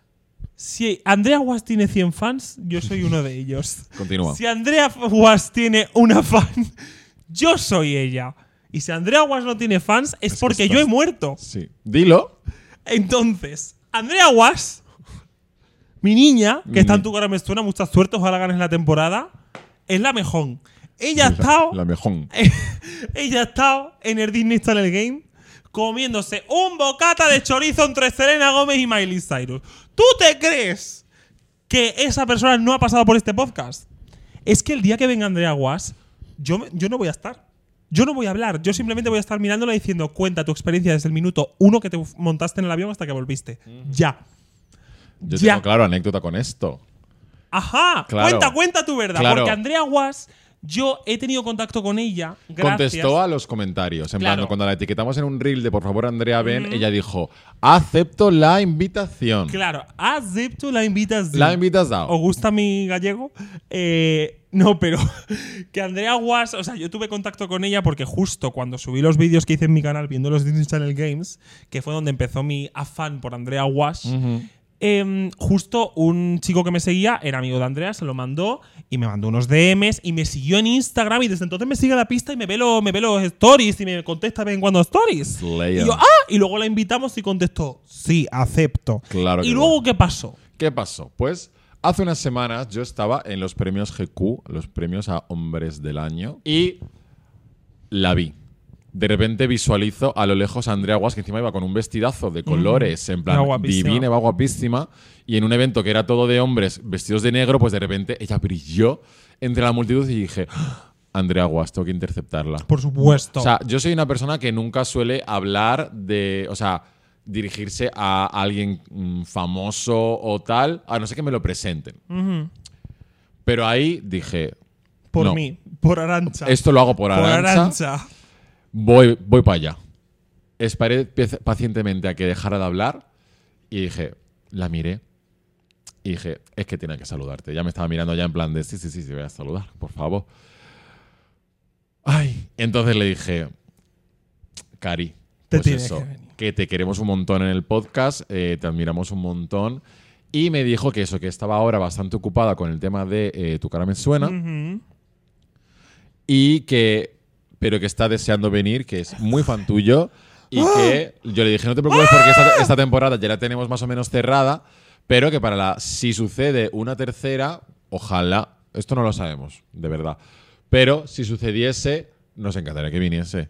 si Andrea Wash tiene 100 fans, yo soy uno de ellos. Continúa. Si Andrea Wash tiene una fan, (laughs) yo soy ella. Y si Andrea Wash no tiene fans, es que porque estás- yo he muerto. Sí. Dilo. Entonces, Andrea Wash, mi niña, que está en tu cara me suena, mucha suerte, ojalá ganes la temporada, es la mejor. Ella ha estado, La mejor. (laughs) ella ha estado en el Disney Channel Game comiéndose un bocata de chorizo entre Selena Gómez y Miley Cyrus. ¿Tú te crees que esa persona no ha pasado por este podcast? Es que el día que venga Andrea Wash, yo, me- yo no voy a estar. Yo no voy a hablar, yo simplemente voy a estar mirándola y diciendo, cuenta tu experiencia desde el minuto uno que te montaste en el avión hasta que volviste. Mm. Ya. Yo Ya. tengo claro anécdota con esto. Ajá, Claro. cuenta, cuenta tu verdad. Claro. Porque Andrea Wash, yo he tenido contacto con ella. Gracias. contestó a los comentarios. En plan, Claro. cuando la etiquetamos en un reel de por favor Andrea ven, ella dijo, acepto la invitación. Claro, acepto la invitación. La invitación. ¿Os gusta mi gallego? Eh, no, pero (laughs) que Andrea Guas, o sea, yo tuve contacto con ella porque justo cuando subí los vídeos que hice en mi canal viendo los Disney Channel Games, que fue donde empezó mi afán por Andrea Guas, em, justo un chico que me seguía era amigo de Andrea, se lo mandó y me mandó unos DMs y me siguió en Instagram y desde entonces me sigue a la pista y me ve, lo- me ve los stories y me contesta de vez en cuando stories. Slayer. Y yo, ¡ah! Y luego la invitamos y contestó, sí, acepto. Claro que ¿Y luego qué pasó? ¿Qué pasó? Pues hace unas semanas yo estaba en los premios GQ, los premios a hombres del año, y la vi. De repente visualizo a lo lejos a Andrea Guas, que encima iba con un vestidazo de colores, en Era plan guapísima. divina, iba guapísima, y en un evento que era todo de hombres vestidos de negro, pues de repente ella brilló entre la multitud y dije, "Ah, Andrea Guas, tengo que interceptarla. Por supuesto. O sea, yo soy una persona que nunca suele hablar de. O sea, dirigirse a alguien mm, famoso o tal, a no ser que me lo presenten. Pero ahí dije. por no, mí, por Arancha. Esto lo hago por por Arancha. Arancha. Voy, voy para allá. Esperé piec- pacientemente a que dejara de hablar y dije, la miré. Y dije, es que tiene que saludarte. Ya me estaba mirando ya en plan de, sí, sí, sí, sí, voy a saludar, por favor. Ay, entonces le dije, Cari, Te pues tienes eso, que que, venir". te queremos un montón en el podcast, eh, te admiramos un montón. Y me dijo que eso, que estaba ahora bastante ocupada con el tema de eh, Tu cara me suena Ujú. y que pero que está deseando venir, que es muy fan tuyo y que yo le dije no te preocupes porque esta, esta temporada ya la tenemos más o menos cerrada, pero que para la si sucede una tercera, ojalá, esto no lo sabemos, de verdad, pero si sucediese nos encantaría que viniese.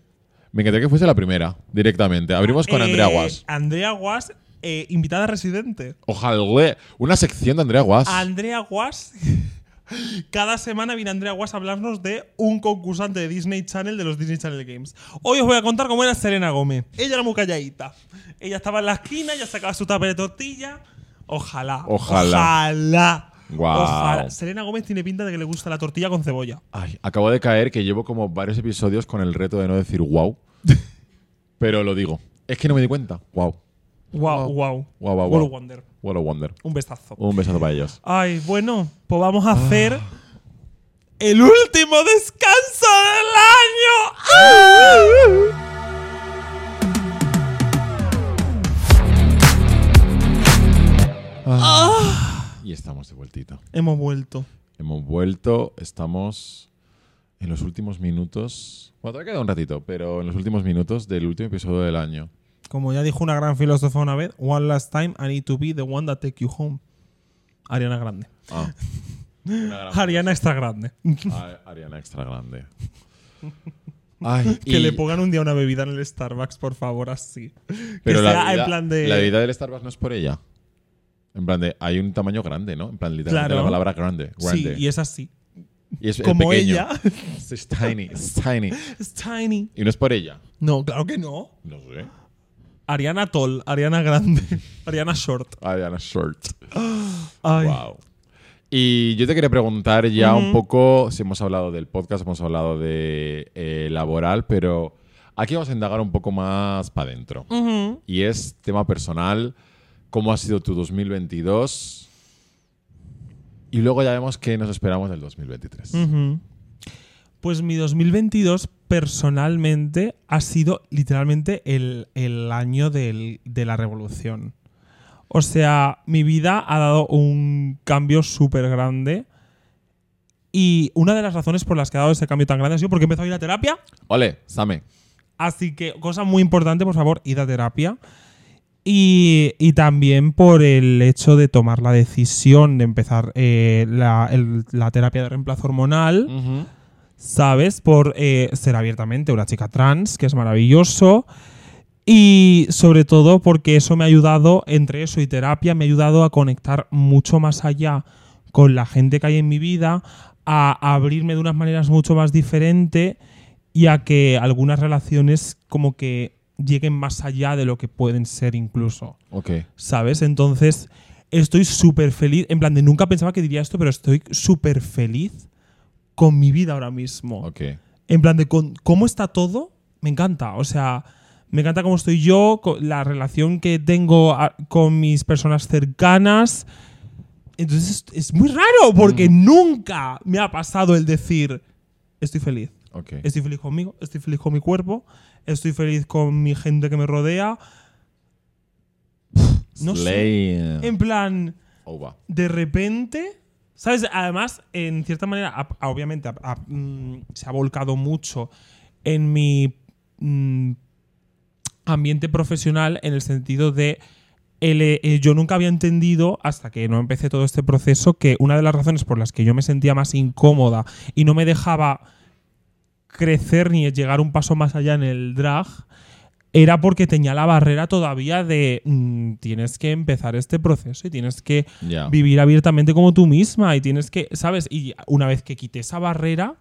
Me encantaría que fuese la primera directamente. Abrimos con Eh, Andrea Guas. Andrea Guas, eh, invitada residente. Ojalá una sección de Andrea Guas. Andrea Guas. (laughs) Cada semana viene Andrea Guas a hablarnos de un concursante de Disney Channel de los Disney Channel Games. Hoy os voy a contar cómo era Serena Gómez. Ella era muy calladita. Ella estaba en la esquina, ella sacaba su tapa de tortilla. Ojalá. Ojalá. Ojalá. Guau. Ojalá. Selena Gómez tiene pinta de que le gusta la tortilla con cebolla. Ay, acabo de caer que llevo como varios episodios con el reto de no decir (laughs) wow. pero lo digo. Es que no me di cuenta. Wow. Wow, wow. Wow, wow, wow. World Wonder. What a wonder. Un besazo. Un besazo para ellos. Ay, bueno, pues Ah. vamos a hacer el último descanso del año. ¡Ah! Y estamos de vueltita. Hemos vuelto. Hemos vuelto, estamos en los últimos minutos. Bueno, todavía queda un ratito, pero en los últimos minutos del último episodio del año. Como ya dijo una gran filósofa una vez, one last time I need to be the one that take you home. Ariana Grande. (laughs) Ah. Una gran- Ariana está grande. A- Ariana extra grande. Ay, (laughs) Que y- le pongan un día una bebida en el Starbucks, por favor, así. pero que la sea bebida- en plan de. La bebida del Starbucks no es por ella. En plan de. Hay un tamaño grande, ¿no? En plan, literalmente Claro. la palabra grande. sí, grande. y es así. Y es, es Como pequeño. (laughs) ella. (laughs) Es tiny, es tiny. Es tiny. Y no es por ella. No, claro que no. No sé. Ariana Toll, Ariana Grande, (laughs) Ariana Short. Ariana Short. Ay. Wow. Y yo te quería preguntar ya un poco, si hemos hablado del podcast, hemos hablado de eh, laboral, pero aquí vamos a indagar un poco más para adentro. Ujú. Y es tema personal, cómo ha sido tu 2022. Y luego ya vemos qué nos esperamos del 2023. Ujú. Pues mi 2022 personalmente ha sido literalmente el, el año del- de la revolución. O sea, mi vida ha dado un cambio súper grande. Y una de las razones por las que ha dado ese cambio tan grande ha sido porque he empezado a ir a terapia. Ole, Same. Así que, cosa muy importante, por favor, id a terapia. Y, y también por el hecho de tomar la decisión de empezar eh, la, el- la terapia de reemplazo hormonal. ¿sabes? Por eh, ser abiertamente una chica trans, que es maravilloso. Y sobre todo porque eso me ha ayudado, entre eso y terapia, me ha ayudado a conectar mucho más allá con la gente que hay en mi vida, a abrirme de unas maneras mucho más diferentes y a que algunas relaciones como que lleguen más allá de lo que pueden ser incluso. Ok. ¿sabes? Entonces, estoy súper feliz. En plan, de nunca pensaba que diría esto, pero estoy súper feliz con mi vida ahora mismo. Ok. En plan, de con, cómo está todo, me encanta. O sea, me encanta cómo estoy yo, co- la relación que tengo a- con mis personas cercanas. Entonces, es, es muy raro porque nunca me ha pasado el decir, estoy feliz. Ok. Estoy feliz conmigo, estoy feliz con mi cuerpo, estoy feliz con mi gente que me rodea. No sé. Slay. Em, Oh, En plan, Ova. de repente, ¿sabes? Además, en cierta manera, ha- ha- obviamente ha- ha, mm, se ha volcado mucho en mi mm, ambiente profesional en el sentido de el, eh, yo nunca había entendido hasta que no empecé todo este proceso que una de las razones por las que yo me sentía más incómoda y no me dejaba crecer ni llegar un paso más allá en el drag era porque tenía la barrera todavía de mm, tienes que empezar este proceso y tienes que Ya. vivir abiertamente como tú misma y tienes que, ¿sabes? Y una vez que quité esa barrera,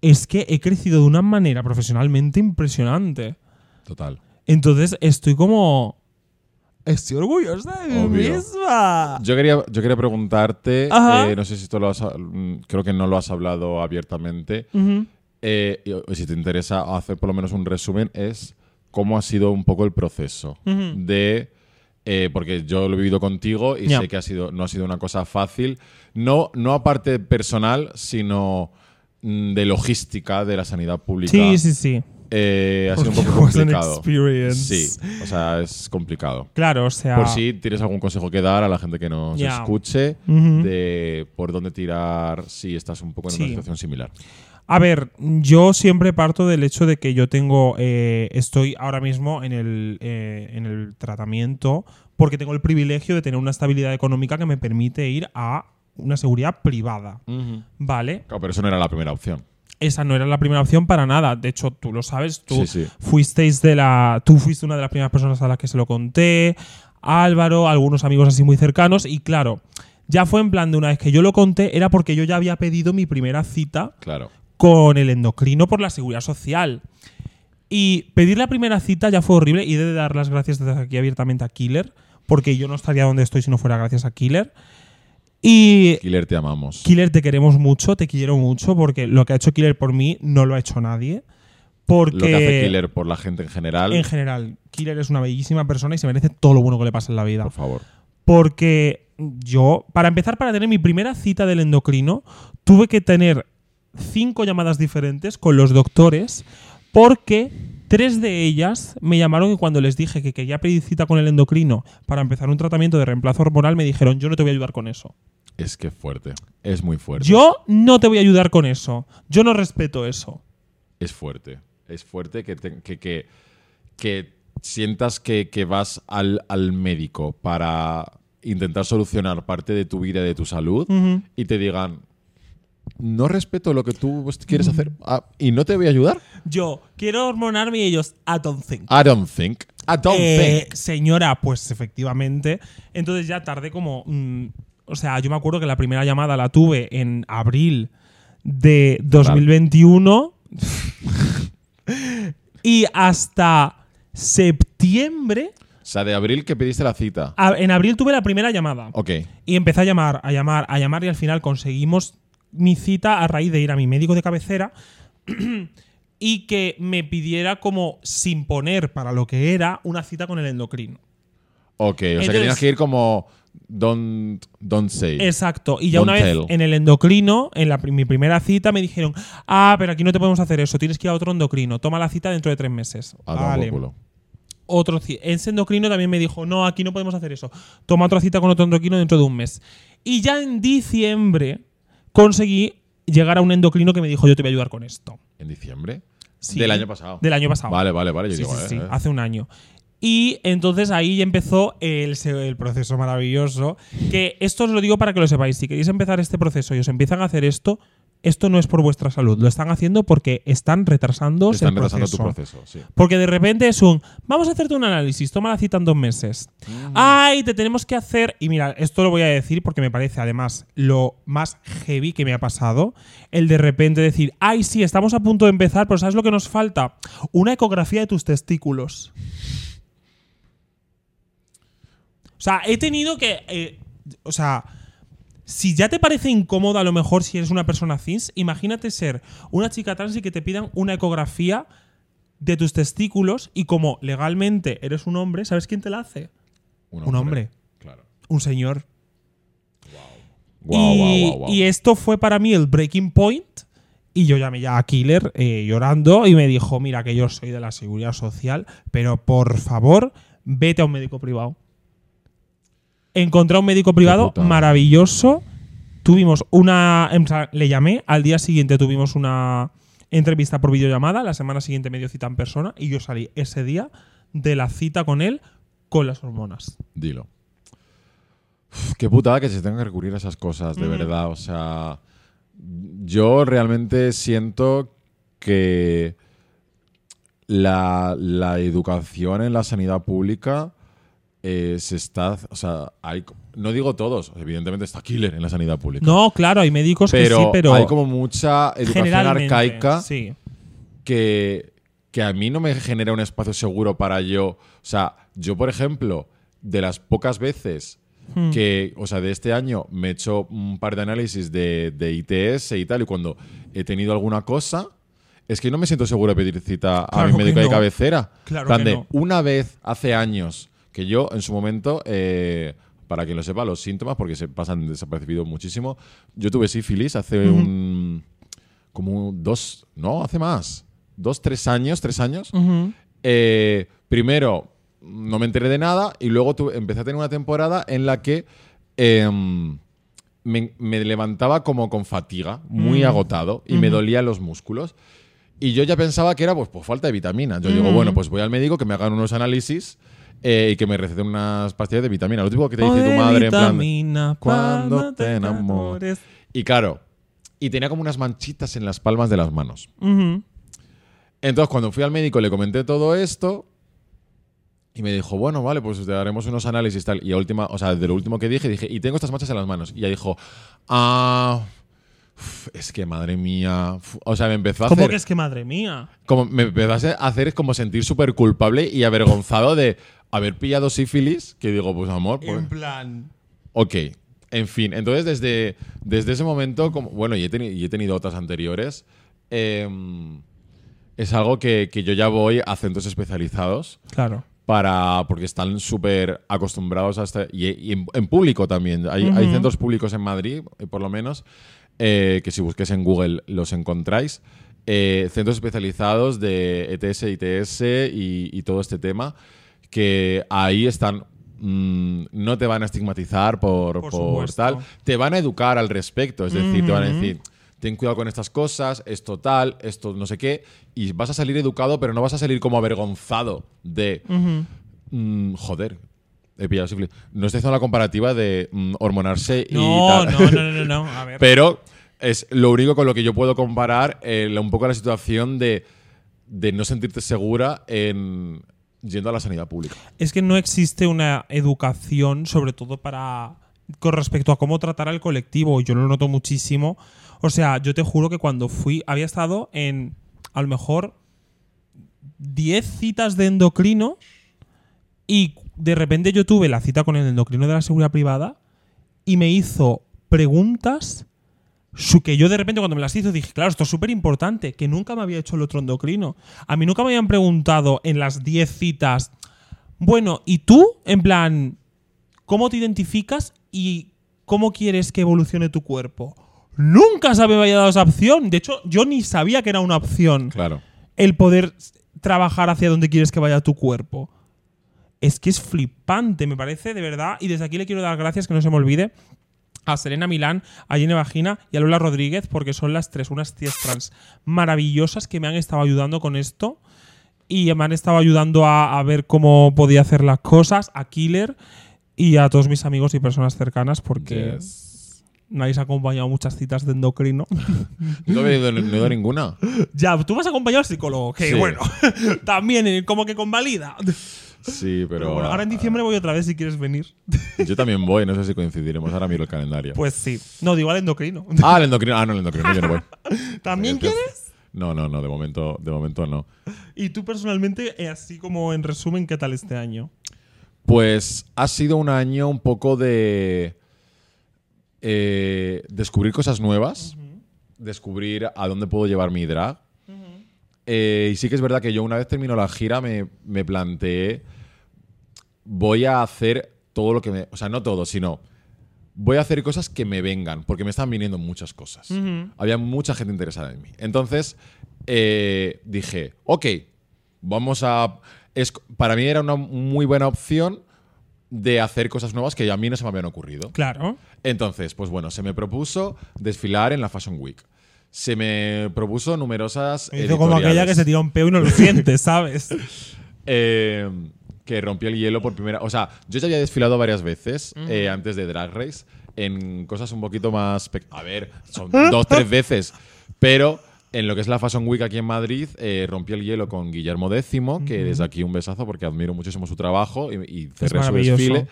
es que he crecido de una manera profesionalmente impresionante. Total. Entonces estoy como... Estoy orgullosa de mí Obvio. misma. Yo quería, yo quería preguntarte, Ajá. eh, no sé si esto lo has, mm, creo que no lo has hablado abiertamente, Ujú. eh, y- o si te interesa hacer por lo menos un resumen, es cómo ha sido un poco el proceso Ujú. de... eh, porque yo lo he vivido contigo y Ya. sé que ha sido, no ha sido una cosa fácil, no, no aparte personal, sino mm, de logística de la sanidad pública. Sí, sí, sí. Eh, ha sido un Porque poco was an complicado. experience. Sí, o sea, es complicado. Claro, o sea... Por si tienes algún consejo que dar a la gente que nos Ya. escuche Ujú. de por dónde tirar si estás un poco en Sí. una situación similar. A ver, yo siempre parto del hecho de que yo tengo, eh, estoy ahora mismo en el, eh, en el tratamiento porque tengo el privilegio de tener una estabilidad económica que me permite ir a una seguridad privada, ¿vale? Claro, pero eso no era la primera opción. Esa no era la primera opción para nada. De hecho, tú lo sabes, tú Sí, sí. fuisteis de la, tú fuiste una de las primeras personas a las que se lo conté, Álvaro, algunos amigos así muy cercanos y claro, ya fue en plan de una vez que yo lo conté era porque yo ya había pedido mi primera cita Claro. con el endocrino por la seguridad social. Y pedir la primera cita ya fue horrible y he de dar las gracias desde aquí abiertamente a Killer, porque yo no estaría donde estoy si no fuera gracias a Killer. Y Killer, te amamos. Killer, te queremos mucho, te quiero mucho, porque lo que ha hecho Killer por mí no lo ha hecho nadie. Porque Lo que hace Killer por la gente en general, en general, Killer es una bellísima persona y se merece todo lo bueno que le pasa en la vida. por favor. Porque yo, para empezar, para tener mi primera cita del endocrino, tuve que tener cinco llamadas diferentes con los doctores porque tres de ellas me llamaron y cuando les dije que quería pedir cita con el endocrino para empezar un tratamiento de reemplazo hormonal me dijeron yo no te voy a ayudar con eso. Es que fuerte. Es muy fuerte. Yo no te voy a ayudar con eso. Yo no respeto eso. Es fuerte. Es fuerte que, te- que, que- que sientas que, que vas al, al médico para intentar solucionar parte de tu vida y de tu salud y te digan, no respeto lo que tú pues, quieres hacer ah, y no te voy a ayudar. Yo quiero hormonarme y ellos, I don't think. I don't think. I don't Eh, think. señora, pues efectivamente. Entonces ya tardé como. mm, o sea, yo me acuerdo que la primera llamada la tuve en abril de 2021. (laughs) y hasta septiembre. O sea, de abril que pediste la cita. a- en abril tuve la primera llamada. Ok. Y empecé a llamar, a llamar, a llamar y al final conseguimos mi cita a raíz de ir a mi médico de cabecera (clears throat) y que me pidiera como sin poner para lo que era una cita con el endocrino. Ok. O sea, que Entonces- tienes que ir como don't, don't say. Exacto. Y ya Don't una vez tell. en el endocrino, en la, pri- mi primera cita, me dijeron, ah, pero aquí no te podemos hacer eso, tienes que ir a otro endocrino, toma la cita dentro de tres meses. A tomar por vale. culo. Otro, ci- ese endocrino también me dijo, no, aquí no podemos hacer eso, toma otra cita con otro endocrino dentro de un mes. Y ya en diciembre conseguí llegar a un endocrino que me dijo, yo te voy a ayudar con esto. ¿En diciembre? Sí. Del año pasado. Del año pasado. Vale, vale, vale. Yo Sí, digo, sí, eh, sí, eh. hace un año. Y entonces ahí ya empezó el, se- el proceso maravilloso. Que esto os lo digo para que lo sepáis. Si queréis empezar este proceso y os empiezan a hacer esto, esto no es por vuestra salud. Lo están haciendo porque están retrasando Te Están el retrasando proceso. tu proceso, sí. Porque de repente es un, vamos a hacerte un análisis, toma la cita en dos meses. Ay, te tenemos que hacer... Y mira, esto lo voy a decir porque me parece además lo más heavy que me ha pasado. El de repente decir, ay, sí, estamos a punto de empezar, pero ¿sabes lo que nos falta? Una ecografía de tus testículos. O sea, he tenido que... eh, o sea... Si ya te parece incómodo a lo mejor si eres una persona cis, imagínate ser una chica trans y que te pidan una ecografía de tus testículos y como legalmente eres un hombre, ¿sabes quién te la hace? Un hombre. Claro. Un señor. Guau, y, guau, guau, guau. y esto fue para mí el breaking point. Y yo llamé ya a Killer eh, llorando y me dijo, mira que yo soy de la seguridad social, pero por favor, vete a un médico privado. Encontré a un médico privado putada. maravilloso. Tuvimos una... en plan, Le llamé, al día siguiente tuvimos una entrevista por videollamada, la semana siguiente me dio cita en persona y yo salí ese día de la cita con él con las hormonas. Dilo. Uf, qué putada que se tenga que recurrir a esas cosas, de verdad. O sea, yo realmente siento que la, la educación en la sanidad pública eh, se está... O sea, hay, no digo todos, evidentemente está Killer en la sanidad pública. No, claro, hay médicos pero, que sí, pero... hay como mucha educación generalmente, arcaica Sí. que, que a mí no me genera un espacio seguro para yo. O sea, yo, por ejemplo, de las pocas veces Hmm. que, o sea, de este año me he hecho un par de análisis de, de ITS y tal, y cuando he tenido alguna cosa, es que no me siento seguro de pedir cita a Claro mi que médico de no. cabecera. Claro Plan que de, no. una vez hace años que yo en su momento, eh, para quien lo sepa, los síntomas, porque se pasan desapercibidos muchísimo, yo tuve sífilis hace un... como dos, no, hace más, dos, tres años, tres años. Eh, primero, no me enteré de nada y luego tuve- empecé a tener una temporada en la que... em, me, me levantaba como con fatiga, muy agotado, y me dolían los músculos. Y yo ya pensaba que era pues, por falta de vitaminas. Yo digo, bueno, pues voy al médico que me hagan unos análisis eh, y que me receten unas pastillas de vitamina. Lo tipo que te dice tu madre, en plan. de- Vitamina, Cuando cuando te enamores. Y claro, y tenía como unas manchitas en las palmas de las manos. Ujú. Entonces, cuando fui al médico, le comenté todo esto. Y me dijo, bueno, vale, pues te daremos unos análisis tal. Y a última, o sea, de lo último que dije, dije, y tengo estas manchas en las manos. Y ella dijo, ah, uf, es que madre mía. uf. O sea, me empezó a ¿Cómo hacer. que es que madre mía? Como me empezó a hacer como sentir súper culpable y avergonzado de haber pillado sífilis. Que digo, pues amor, pues. Em, En plan. Ok. En fin, entonces desde, desde ese momento, como, bueno, y he, teni- y he tenido otras anteriores, em, es algo que, que yo ya voy a centros especializados Claro. para porque están súper acostumbrados a esta- y, y en, en público también. Hay, hay centros públicos en Madrid, eh, por lo menos, eh, que si busquéis en Google los encontráis. Eh, centros especializados de E ETS, ITS y, y todo este tema, que ahí están... mm, no te van a estigmatizar por, Por por supuesto. tal. Te van a educar al respecto. Es decir, te van a decir, ten cuidado con estas cosas, esto tal, esto no sé qué. Y vas a salir educado, pero no vas a salir como avergonzado de... Mm, joder. He pillado sífilis. No estoy haciendo la comparativa de mm, hormonarse y No, (laughs) tal. no, no, no, no, no. A ver. Pero es lo único con lo que yo puedo comparar eh, la- un poco la situación de, de no sentirte segura en yendo a la sanidad pública. Es que no existe una educación, sobre todo para con respecto a cómo tratar al colectivo. Yo lo noto muchísimo. O sea, yo te juro que cuando fui, había estado en a lo mejor 10 citas de endocrino y de repente yo tuve la cita con el endocrino de la seguridad privada y me hizo preguntas su- que yo de repente cuando me las hizo dije, claro, esto es súper importante, que nunca me había hecho el otro endocrino. A mí nunca me habían preguntado en las 10 citas, bueno, ¿y tú? En plan, ¿cómo te identificas y cómo quieres que evolucione tu cuerpo? Nunca se me había dado esa opción. De hecho, yo ni sabía que era una opción Claro. el poder s- trabajar hacia donde quieres que vaya tu cuerpo. Es que es flipante, me parece, de verdad. Y desde aquí le quiero dar gracias, que no se me olvide, a Selena Milán, a Jenny Vagina y a Lola Rodríguez, porque son las tres, unas tías trans maravillosas que me han estado ayudando con esto. Y me han estado ayudando a, a ver cómo podía hacer las cosas, a Killer y a todos mis amigos y personas cercanas, porque nadie se ha acompañado a muchas citas de endocrino. No he ido, no he ido a ninguna. Ya, tú vas acompañado al psicólogo, que Sí. bueno, (laughs) también eh, como que convalida. Pero, Sí, pero. ah, bueno, ahora en diciembre voy otra vez si quieres venir. (laughs) Yo también voy, no sé si coincidiremos. Ahora miro el calendario. Pues sí. No, digo al (laughs) endocrino. Ah, el endocrino. Ah, no, el endocrino, yo no voy. (laughs) ¿También quieres? No, no, no, de momento, de momento no. Y tú personalmente, eh, así como en resumen, ¿qué tal este año? Pues ha sido un año un poco de eh, descubrir cosas nuevas, descubrir a dónde puedo llevar mi drag. Eh, y sí que es verdad que yo una vez terminó la gira me, me planteé, voy a hacer todo lo que me... O sea, no todo, sino voy a hacer cosas que me vengan, porque me están viniendo muchas cosas. Había mucha gente interesada en mí. Entonces, eh, dije, ok, vamos a... es- para mí era una muy buena opción de hacer cosas nuevas que a mí no se me habían ocurrido. Claro. Entonces, pues bueno, se me propuso desfilar en la Fashion Week. Se me propuso numerosas... Hizo como Eh, editoriales. aquella que se tira un peo y no lo (laughs) siente, ¿sabes? Eh, que rompió el hielo por primera. O sea, yo ya había desfilado varias veces eh, antes de Drag Race en cosas un poquito más. pe- A ver, (laughs) son dos, tres veces. Pero en lo que es la Fashion Week aquí en Madrid, eh, rompió el hielo con Guillermo X, que desde aquí un besazo porque admiro muchísimo su trabajo y, y cerré su maravilloso. desfile.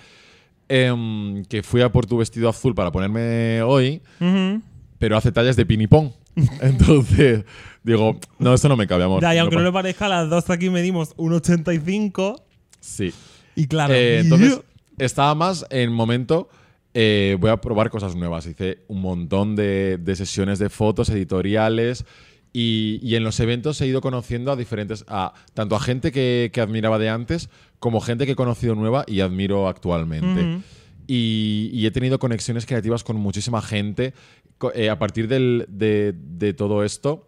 Em, que fui a por tu vestido azul para ponerme hoy Ujú. pero hace tallas de pinipón. (laughs) Entonces, digo, no, esto no me cabe, amor. Ya, y aunque no pa- le parezca, las dos aquí medimos 1,85. Sí. Y claro, Eh, y- entonces, estaba más en momento, eh, voy a probar cosas nuevas. Hice un montón de, de sesiones de fotos, editoriales. Y, y en los eventos he ido conociendo a diferentes, a tanto a gente que, que admiraba de antes, como gente que he conocido nueva y admiro actualmente. Ujú. y, y he tenido conexiones creativas con muchísima gente. Co- eh, a partir del- de, de todo esto,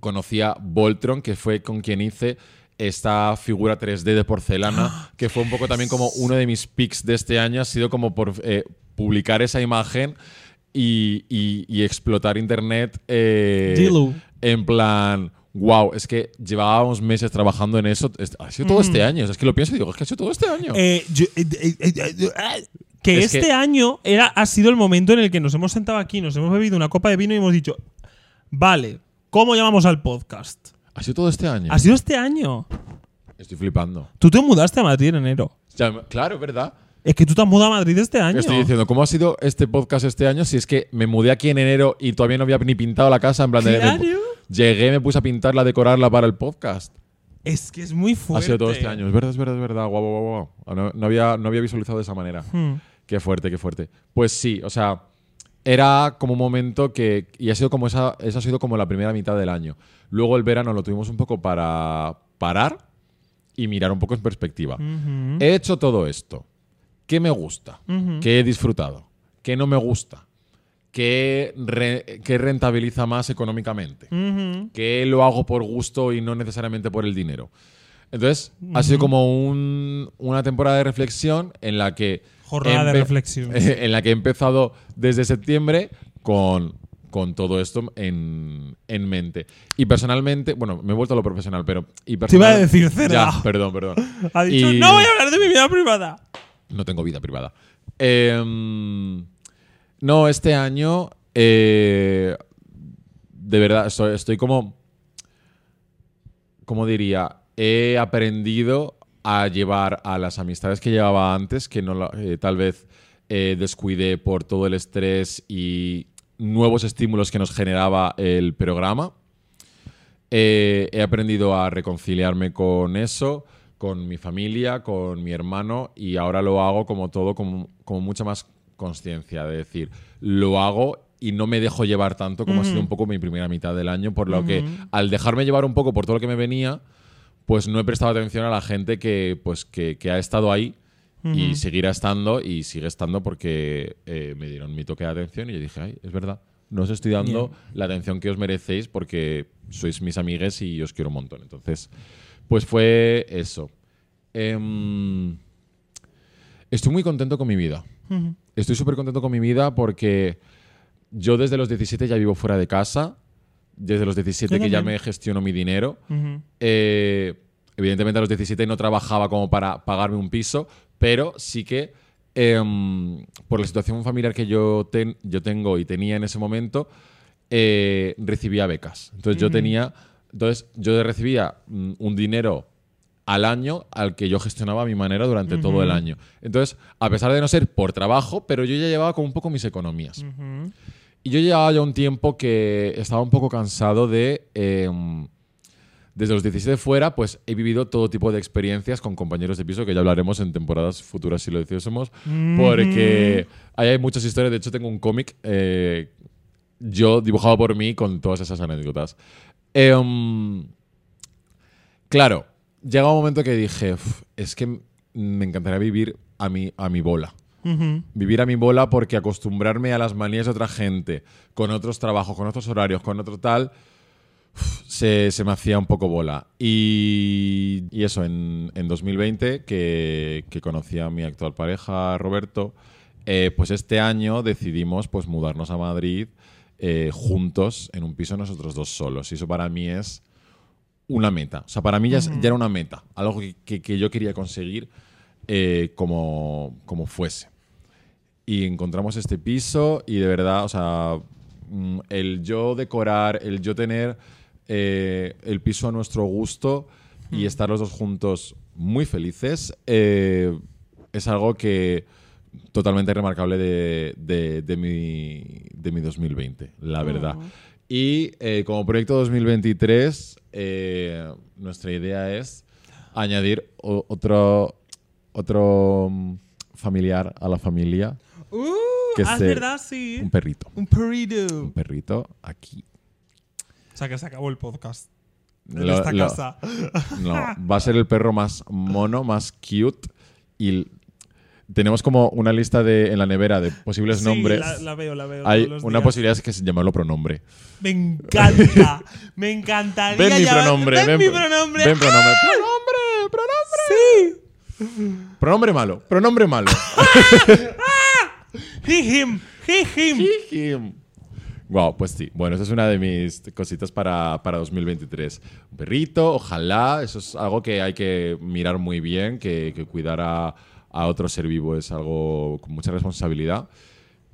conocí a Voltron, que fue con quien hice esta figura 3D de (gasps) porcelana, que fue un poco también como uno de mis picks de este año, ha sido como por, eh, publicar esa imagen y, y- y explotar internet. eh, Dilu. en plan, wow, es que llevábamos meses trabajando en eso, es- ha sido todo este año, O sea, es que lo pienso y digo, es que ha sido todo este año. Mm. Eh, yo- eh, eh, eh, eh, eh, que Es que- este año era, ha sido el momento en el que nos hemos sentado aquí, nos hemos bebido una copa de vino y hemos dicho, vale, ¿cómo llamamos al podcast? ha sido todo este año. Ha sido este año. Estoy flipando. Tú te mudaste a Madrid en enero. Ya, claro, es verdad. Es que tú te has mudado a Madrid este año. Estoy diciendo, ¿cómo ha sido este podcast este año? Si es que me mudé aquí en enero y todavía no había ni pintado la casa, en plan de- Claro. me- llegué, me puse a pintarla, a decorarla para el podcast. Es que es muy fuerte. Ha sido todo este año. Es verdad, es verdad, es verdad. Guau, guau, guau, guau. No, no había, no había visualizado de esa manera. Hmm. Qué fuerte, qué fuerte. Pues sí, o sea, era como un momento que. Y ha sido como esa. Esa ha sido como la primera mitad del año. Luego el verano lo tuvimos un poco para parar y mirar un poco en perspectiva. Ujú. He hecho todo esto. ¿Qué me gusta? ¿Qué he disfrutado? ¿Qué no me gusta? ¿Qué, re- qué rentabiliza más económicamente? Ujú. ¿Qué lo hago por gusto y no necesariamente por el dinero? Entonces, ha sido como un- una temporada de reflexión en la que... Jornada de empe- reflexión. (laughs) En la que he empezado desde septiembre con, con todo esto en, en mente. Y personalmente, bueno, me he vuelto a lo profesional, pero... Y iba a personal- decir cerda. Ya, perdón, perdón. (laughs) Ha dicho, Y- no voy a hablar de mi vida privada. no tengo vida privada. Em, no, este año eh, de verdad, estoy, estoy como. ¿Cómo diría? He aprendido a llevar a las amistades que llevaba antes, que no la- eh, tal vez eh, descuidé por todo el estrés y nuevos estímulos que nos generaba el programa. Eh, he aprendido a reconciliarme con eso, con mi familia, con mi hermano y ahora lo hago como todo, como, como mucha más conciencia, de decir, lo hago y no me dejo llevar tanto como ha sido un poco mi primera mitad del año, por lo que al dejarme llevar un poco por todo lo que me venía, pues no he prestado atención a la gente que, pues, que, que ha estado ahí y seguirá estando y sigue estando porque eh, me dieron mi toque de atención y yo dije, ay, es verdad, no os estoy dando la atención que os merecéis porque sois mis amigues y os quiero un montón. Entonces, pues fue eso. Em, estoy muy contento con mi vida. Estoy súper contento con mi vida porque yo desde los 17 ya vivo fuera de casa. Desde los 17 Yo que ya también. me gestiono mi dinero. Ujú. Eh, evidentemente a los 17 no trabajaba como para pagarme un piso, pero sí que em, por la situación familiar que yo, ten- yo tengo y tenía en ese momento, eh, recibía becas. Entonces yo tenía, entonces yo recibía mm, un dinero al año al que yo gestionaba a mi manera durante todo el año. Entonces, a pesar de no ser por trabajo, pero yo ya llevaba como un poco mis economías. Y yo llevaba ya un tiempo que estaba un poco cansado de... em, desde los 17 fuera, pues he vivido todo tipo de experiencias con compañeros de piso, que ya hablaremos en temporadas futuras si lo deciésemos, porque ahí hay muchas historias. De hecho, tengo un cómic eh, yo dibujado por mí con todas esas anécdotas. Em, claro, llega un momento que dije, "Uf, es que me encantaría vivir a mi, a mi bola vivir a mi bola porque acostumbrarme a las manías de otra gente, con otros trabajos, con otros horarios, con otro tal, uf, se, se me hacía un poco bola. Y, y eso, en, en 2020, que, que conocí a mi actual pareja, Roberto, eh, pues este año decidimos pues, mudarnos a Madrid eh, juntos en un piso nosotros dos solos. Y eso para mí es una meta. O sea, para mí ya, es- ya era una meta, algo que, que- que yo quería conseguir eh, como, como fuese y encontramos este piso y de verdad, o sea, mm, el yo decorar, el yo tener eh, el piso a nuestro gusto y estar los dos juntos muy felices eh, es algo que totalmente remarcable de, de- de mi, de mi 2020, la verdad. Y eh, como proyecto 2023, eh, nuestra idea es añadir o- otro, otro mm, familiar a la familia Uh, Que ah, es se- verdad, sí. un perrito. Un Un perrito. perrito aquí. O sea, que se acabó el podcast. En Lo- esta lo- casa. (laughs) (laughs) no, va a ser el perro más mono, más cute. Y l- tenemos como una lista de, en la nevera de posibles Sí, nombres. La, la veo, la veo. Hay todos los una días. posibilidad que es llamarlo pronombre. Me encanta. me encantaría. Ven mi llamar- pronombre. Ven, mi pro- pronombre. Ven (laughs) pronombre. ¡Ah! Pronombre, pronombre. Sí. Pronombre malo. Pronombre malo. He, him. He, him. Wow, pues sí. Bueno, esa es una de mis cositas para, para 2023. Un perrito, ojalá. Eso es algo que hay que mirar muy bien, que, que cuidar a, a otro ser vivo es algo con mucha responsabilidad.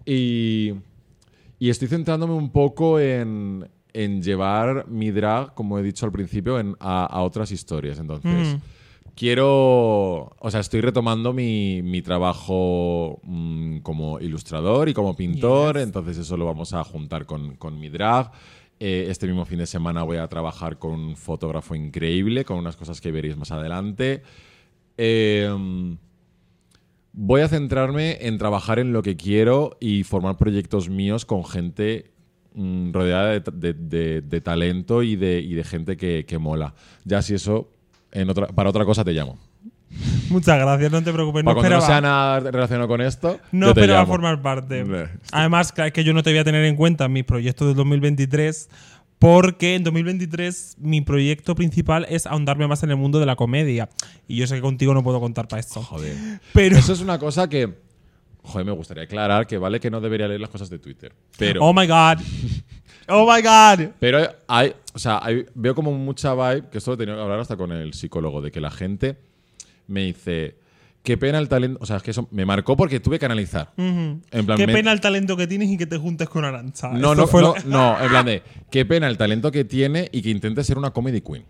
Y, y estoy centrándome un poco en, en llevar mi drag, como he dicho al principio, en- a, a otras historias. Entonces, quiero. O sea, estoy retomando mi, mi trabajo mm, como ilustrador y como pintor. Entonces, eso lo vamos a juntar con, con mi drag. Eh, este mismo fin de semana voy a trabajar con un fotógrafo increíble, con unas cosas que veréis más adelante. Eh, voy a centrarme en trabajar en lo que quiero y formar proyectos míos con gente mm, rodeada de, ta- de- de- de talento y de, y de gente que, que mola. Ya si eso, en otra, para otra cosa te llamo. Muchas gracias, no te preocupes. No para cuando esperaba, no sea nada relacionado con esto, no yo te esperaba llamo. Eh, formar parte. Hombre. Además, claro, es que yo no te voy a tener en cuenta en mis proyectos del 2023 porque en 2023 mi proyecto principal es ahondarme más en el mundo de la comedia. Y yo sé que contigo no puedo contar para esto. (laughs) Joder. Pero... Eso es una cosa que, joder, me gustaría aclarar que vale que no debería leer las cosas de Twitter. Pero Oh my god. Oh my god. Pero hay, o sea, hay- veo como mucha vibe, que esto lo he tenido que hablar hasta con el psicólogo, de que la gente me dice, qué pena el talento. O sea, es que eso me marcó porque tuve que analizar. Ujú. En plan, Qué me- pena el talento que tienes y que te juntes con Arancha. No, Esto no, fue no, la- no, en plan de, qué pena el talento que tiene y que intente ser una comedy queen.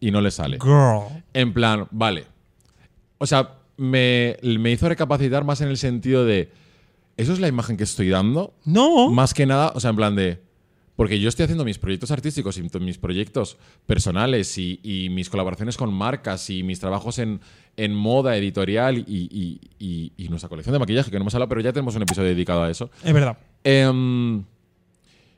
Y no le sale. Girl. En plan, vale. O sea, me, me hizo recapacitar más en el sentido de, ¿eso es la imagen que estoy dando? No. Más que nada, o sea, en plan de. Porque yo estoy haciendo mis proyectos artísticos y t- mis proyectos personales y, y mis colaboraciones con marcas y mis trabajos en, en moda editorial y, y- y- y nuestra colección de maquillaje, que no hemos hablado, pero ya tenemos un episodio dedicado a eso. Es verdad. Em,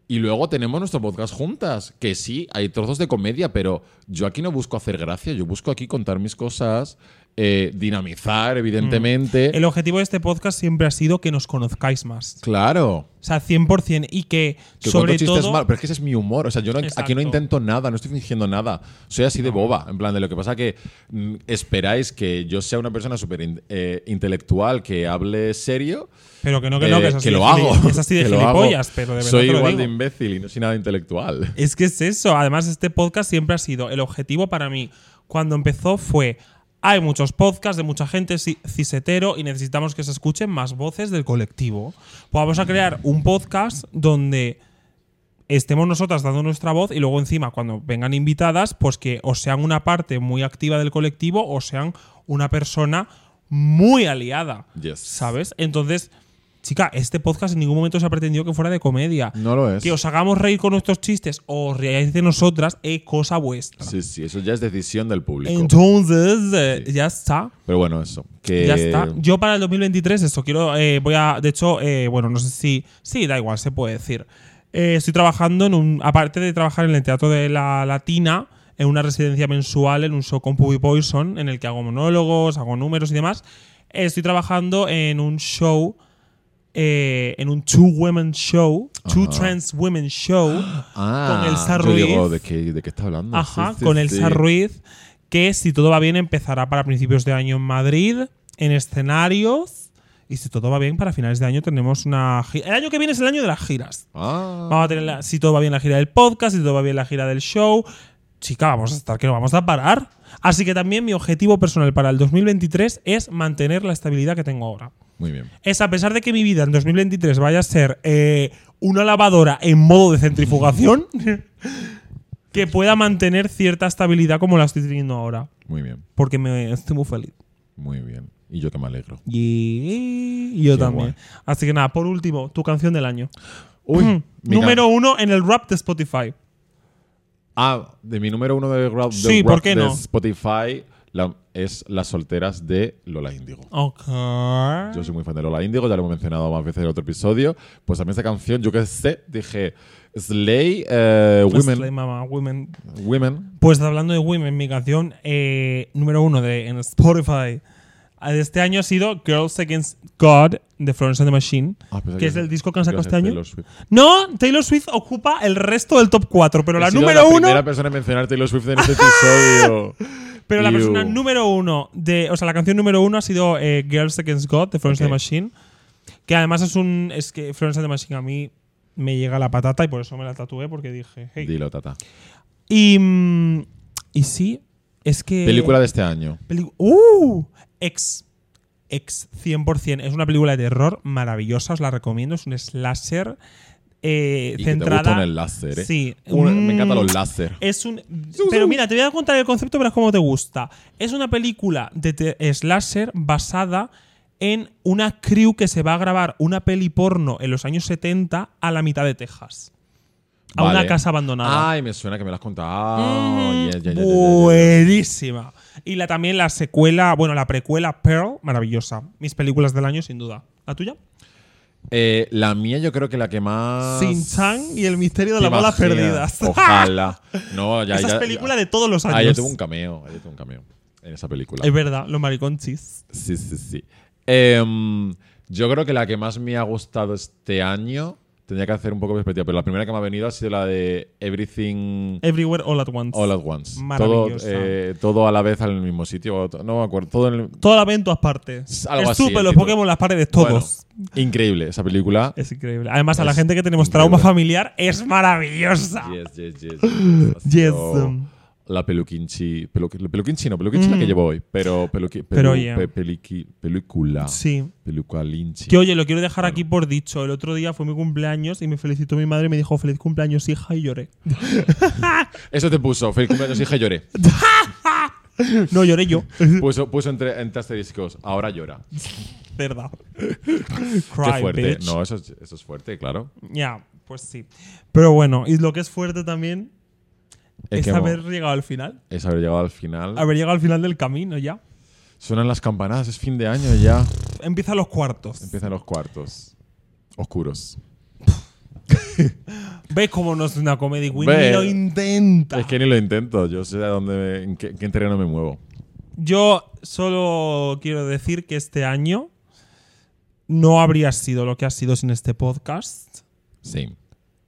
y luego tenemos nuestro podcast juntas, que sí, hay trozos de comedia, pero yo aquí no busco hacer gracia, yo busco aquí contar mis cosas, eh, dinamizar, evidentemente. El objetivo de este podcast siempre ha sido que nos conozcáis más. Claro. O sea, 100%. Y que, Que sobre cuento chistes todo. mal, pero es que ese es mi humor. O sea, yo no- aquí Exacto. no intento nada, no estoy fingiendo nada. Soy así de boba. En plan, de lo que pasa que mm, esperáis que yo sea una persona súper in- eh, intelectual, que hable serio. Pero que no, que no, eh, que es así de lo gili- hago. (laughs) Es así de que lo hago. gilipollas, pero de verdad. Soy te lo igual de digo. imbécil y no soy nada intelectual. (laughs) Es que es eso. Además, este podcast siempre ha sido el objetivo para mí. Cuando empezó fue. Hay muchos podcasts de mucha gente ci- cisetero y necesitamos que se escuchen más voces del colectivo. Pues vamos a crear un podcast donde estemos nosotras dando nuestra voz y luego encima cuando vengan invitadas, pues que o sean una parte muy activa del colectivo o sean una persona muy aliada. Yes. ¿Sabes? Entonces, chica, este podcast en ningún momento se ha pretendido que fuera de comedia. No lo es. Que os hagamos reír con nuestros chistes o os reáis de nosotras es cosa vuestra. Sí, sí, eso ya es decisión del público. Entonces, eh, ya está. pero bueno, eso. Que Ya está. Yo para el 2023, eso quiero. eh, voy a. De hecho, eh, bueno, no sé si. Sí, da igual, se puede decir. Eh, estoy trabajando en un. Aparte de trabajar en el Teatro de la Latina, en una residencia mensual, en un show con Pubi Poison, en el que hago monólogos, hago números y demás. eh, estoy trabajando en un show. eh, en un Two Women Show, Two Ajá. Trans Women Show, (gasps) Ah, con Elsa yo Ruiz. digo, ¿de qué, de qué está hablando? Ajá, Sí, sí, con sí. Elsa Ruiz, que si todo va bien empezará para principios de año en Madrid, en escenarios, y si todo va bien para finales de año tenemos una gira. El año que viene es el año de las giras. Ah, Vamos a tener, la- si todo va bien, la gira del podcast, si todo va bien, la gira del show. Chica, vamos a estar que no vamos a parar. Así que también mi objetivo personal para el 2023 es mantener la estabilidad que tengo ahora. muy bien. Es a pesar de que mi vida en 2023 vaya a ser eh, una lavadora en modo de centrifugación, (laughs) que pueda mantener cierta estabilidad como la estoy teniendo ahora. Muy bien, Porque me estoy muy feliz. muy bien. Y yo que me alegro. Y yo Qué también. guay. Así que nada, por último, tu canción del año. Uy, Mm, mi Número can- uno en el rap de Spotify. Ah, de mi número uno de, rap, de Sí, rap ¿por qué de no? Spotify la- es Las solteras de Lola Índigo. Ok. Yo soy muy fan de Lola Índigo, ya lo hemos mencionado más veces en otro episodio. Pues también esta canción, yo qué sé, dije Slay eh, Slay Women. Mama, women. Women. Pues hablando de Women, mi canción eh, número uno de, en Spotify eh, de este año ha sido Girls Against God de Florence and the Machine, Ah, pensaba que que es era- el disco que han sacado ibas a este decir año. Taylor Swift. No, Taylor Swift ocupa el resto del top 4, pero He la sido número la uno. primera persona en mencionar Taylor Swift en este episodio. (laughs) Pero la Ew. persona número uno de. O sea, la canción número uno ha sido eh, Girls Against God de Florence Ok. and the Machine. Que además es un. Es que Florence and the Machine a mí me llega la patata y por eso me la tatué, porque dije, hey. Dilo, tata. Y. mm, y sí, es que. Película de este año. Pelicu- ¡Uh! Ex. Ex 100%. Es una película de terror maravillosa, os la recomiendo. Es un slasher eh, Y que te centrada. gusta un láser, ¿eh? Sí. Un- Me encantan Mm, los láser. Es un. Pero mira, te voy a contar el concepto, verás cómo te gusta. Es una película de te- slasher basada en una crew que se va a grabar una peli porno en los años 70 a la mitad de Texas. A una Vale. casa abandonada. Ay, me suena que me lo has contado. Mm, Oh, Ya, ya, ya, ya, ya, ya. Buenísima. Y la, también la secuela, bueno, la precuela Pearl, maravillosa. Mis películas del año, sin duda. ¿La tuya? Eh, la mía yo creo que la que más... Sin Chang y el misterio de te las bolas imaginas. perdidas. (laughs) Ojalá. No, ya, Esas ya, películas ya. de todos los años. Ah, yo tuve un cameo. Yo tuve un cameo en esa película. Es verdad, los mariconchis. Sí, sí, sí. Em, yo creo que la que más me ha gustado este año... Tendría que hacer un poco de perspectiva, pero la primera que me ha venido ha sido la de Everything... Everywhere All at Once. All at once. Todo, Maravillosa. eh, todo a la vez al mismo sitio. o to- No me acuerdo. Todo en el- Toda la vez en todas partes. Algo así, Estúpido, los entiendo. Pokémon, las paredes, todos. Bueno, increíble esa película. Es increíble. Además, a la Es gente que tenemos increíble. (laughs) trauma familiar es maravillosa. Yes, yes, yes, yes. Ha (gasps) Yes. um, sido- la peluquinchi. Pelu, peluquinchi no, peluquinchi es la que llevo hoy, pero peluqui, Mm. Pero pelu- ya. pe- peliqui- película. Sí. Pelucalinchi. Que oye, lo quiero dejar aquí por dicho. El otro día fue mi cumpleaños y me felicitó mi madre y me dijo feliz cumpleaños, hija, (laughs) y lloré. Eso te puso, feliz cumpleaños, hija, (laughs) lloré. No, lloré yo. (laughs) Puso, puso entre, entre asteriscos, ahora llora. Verdad. Qué Cry, fuerte. bitch. No, eso es, eso es fuerte, claro. Ya, pues sí. Pero bueno, y lo que es fuerte también Es es que mo- haber llegado al final. Es haber llegado al final. Haber llegado al final del camino ya. Suenan las campanadas, es fin de año ya. Empiezan los cuartos. Empiezan los cuartos. Oscuros. ¿Ves cómo no es una comedy queen? Ve. Ni lo intenta. Es que ni lo intento, yo sé a dónde me- en, qué, en qué terreno me muevo. Yo solo quiero decir que este año no habría sido lo que ha sido sin este podcast. (laughs) Sí.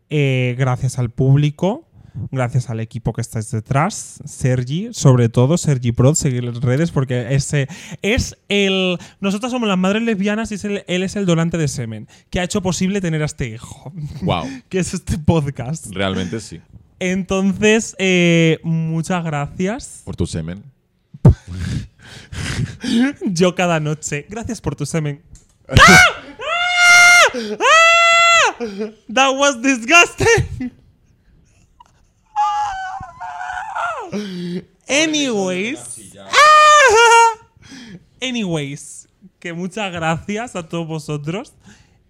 Eh, gracias al público, gracias al equipo que estáis detrás, Sergi, sobre todo Sergi Prod, seguir las redes porque ese es el... Nosotras somos las madres lesbianas y es el- él es el donante de semen, que ha hecho posible tener a este hijo, (laughs) Wow. que es este podcast. Realmente sí. Entonces, eh, muchas gracias. Por tu semen. Yo cada noche. Gracias por tu semen. That was disgusting. Anyways. Anyways, que muchas gracias a todos vosotros.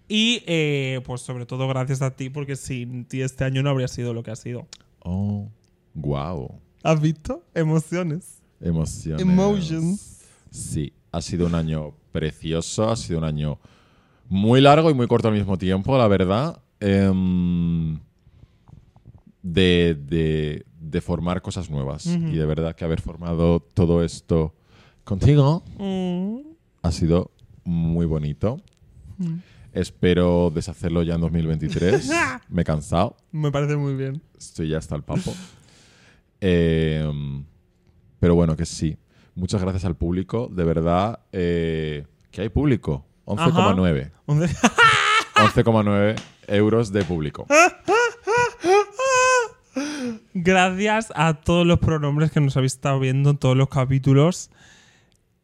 Y eh, pues sobre todo gracias a ti, porque sin ti este año no habría sido lo que ha sido. Oh. Wow. ¿Has visto? Emociones. Emociones. Emotions. Sí. Ha sido un año precioso, ha sido un año muy largo y muy corto al mismo tiempo, la verdad. Em, de, de- de formar cosas nuevas. Y de verdad que haber formado todo esto contigo Mm. ha sido muy bonito. Espero deshacerlo ya en 2023. Me he cansado. Me parece muy bien. Estoy ya hasta el papo. Eh, pero bueno, que sí. Muchas gracias al público. De verdad, eh, que hay público. 11,9. 11,9 euros de público. Ah, Gracias a todos los pronombres que nos habéis estado viendo en todos los capítulos.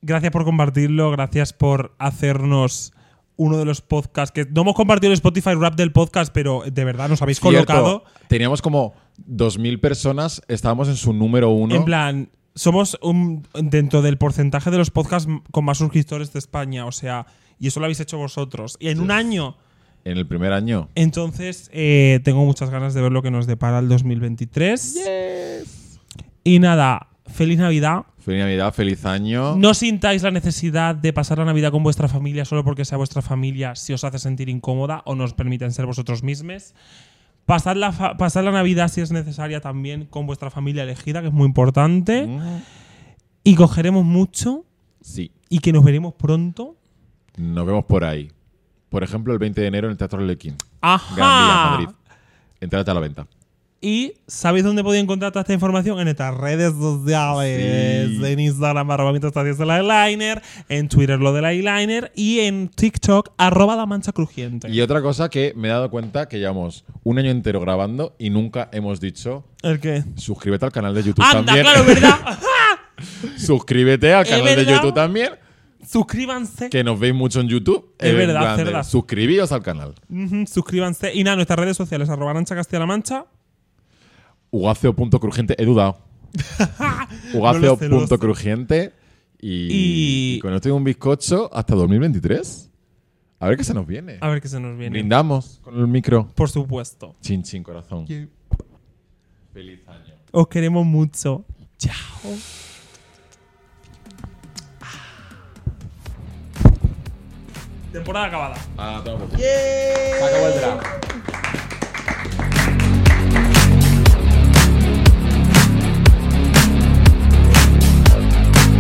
Gracias por compartirlo, gracias por hacernos uno de los podcasts que no hemos compartido el Spotify Rap del podcast, pero de verdad nos habéis Cierto, colocado Teníamos como 2.000 personas. Estábamos en su número uno. en plan somos un- dentro del porcentaje de los podcasts con más suscriptores de España, o sea, y eso lo habéis hecho vosotros y en un año. en el primer año. Entonces, eh, tengo muchas ganas de ver lo que nos depara el 2023. Y nada, feliz Navidad. Feliz Navidad, feliz año. No sintáis la necesidad de pasar la Navidad con vuestra familia solo porque sea vuestra familia si os hace sentir incómoda o nos permiten ser vosotros mismos. Pasad la, fa- pasad la Navidad si es necesaria también con vuestra familia elegida, que es muy importante. Mm, Y cogeremos mucho Sí. y que nos veremos pronto. Nos vemos por ahí. Por ejemplo, el 20 de enero en el Teatro Lequín. ¡Ajá! Gran Vía, Madrid. Entrate a la venta. Y ¿sabéis dónde podéis encontrar toda esta información? En nuestras redes sociales. Sí. En Instagram, arroba mientras te haces el eyeliner. En Twitter, lo del eyeliner. Y en TikTok, arroba la mancha crujiente. Y otra cosa que me he dado cuenta que llevamos un año entero grabando y nunca hemos dicho ¿El qué? suscríbete al canal de YouTube Anda, también. claro, ¿verdad? (laughs) suscríbete al Es canal de verdad. YouTube también. Suscríbanse. Que nos veis mucho en YouTube. Eh, Es En verdad, plan de, cerdas. Suscribíos al canal. Ujú, suscríbanse. Y nada, nuestras redes sociales, arroba Arancha Castilla-La Mancha. Ugaceo.crujiente, he (laughs) dudado. Ugaceo.crujiente. Y, Y- y con esto y un bizcocho hasta 2023. A ver qué se nos viene. A ver qué se nos viene. Brindamos con el micro. Por supuesto. Chin, chin, corazón. Feliz año. Os queremos mucho. Chao. Ah. Temporada acabada. Ah, toma. Se acabó el drama.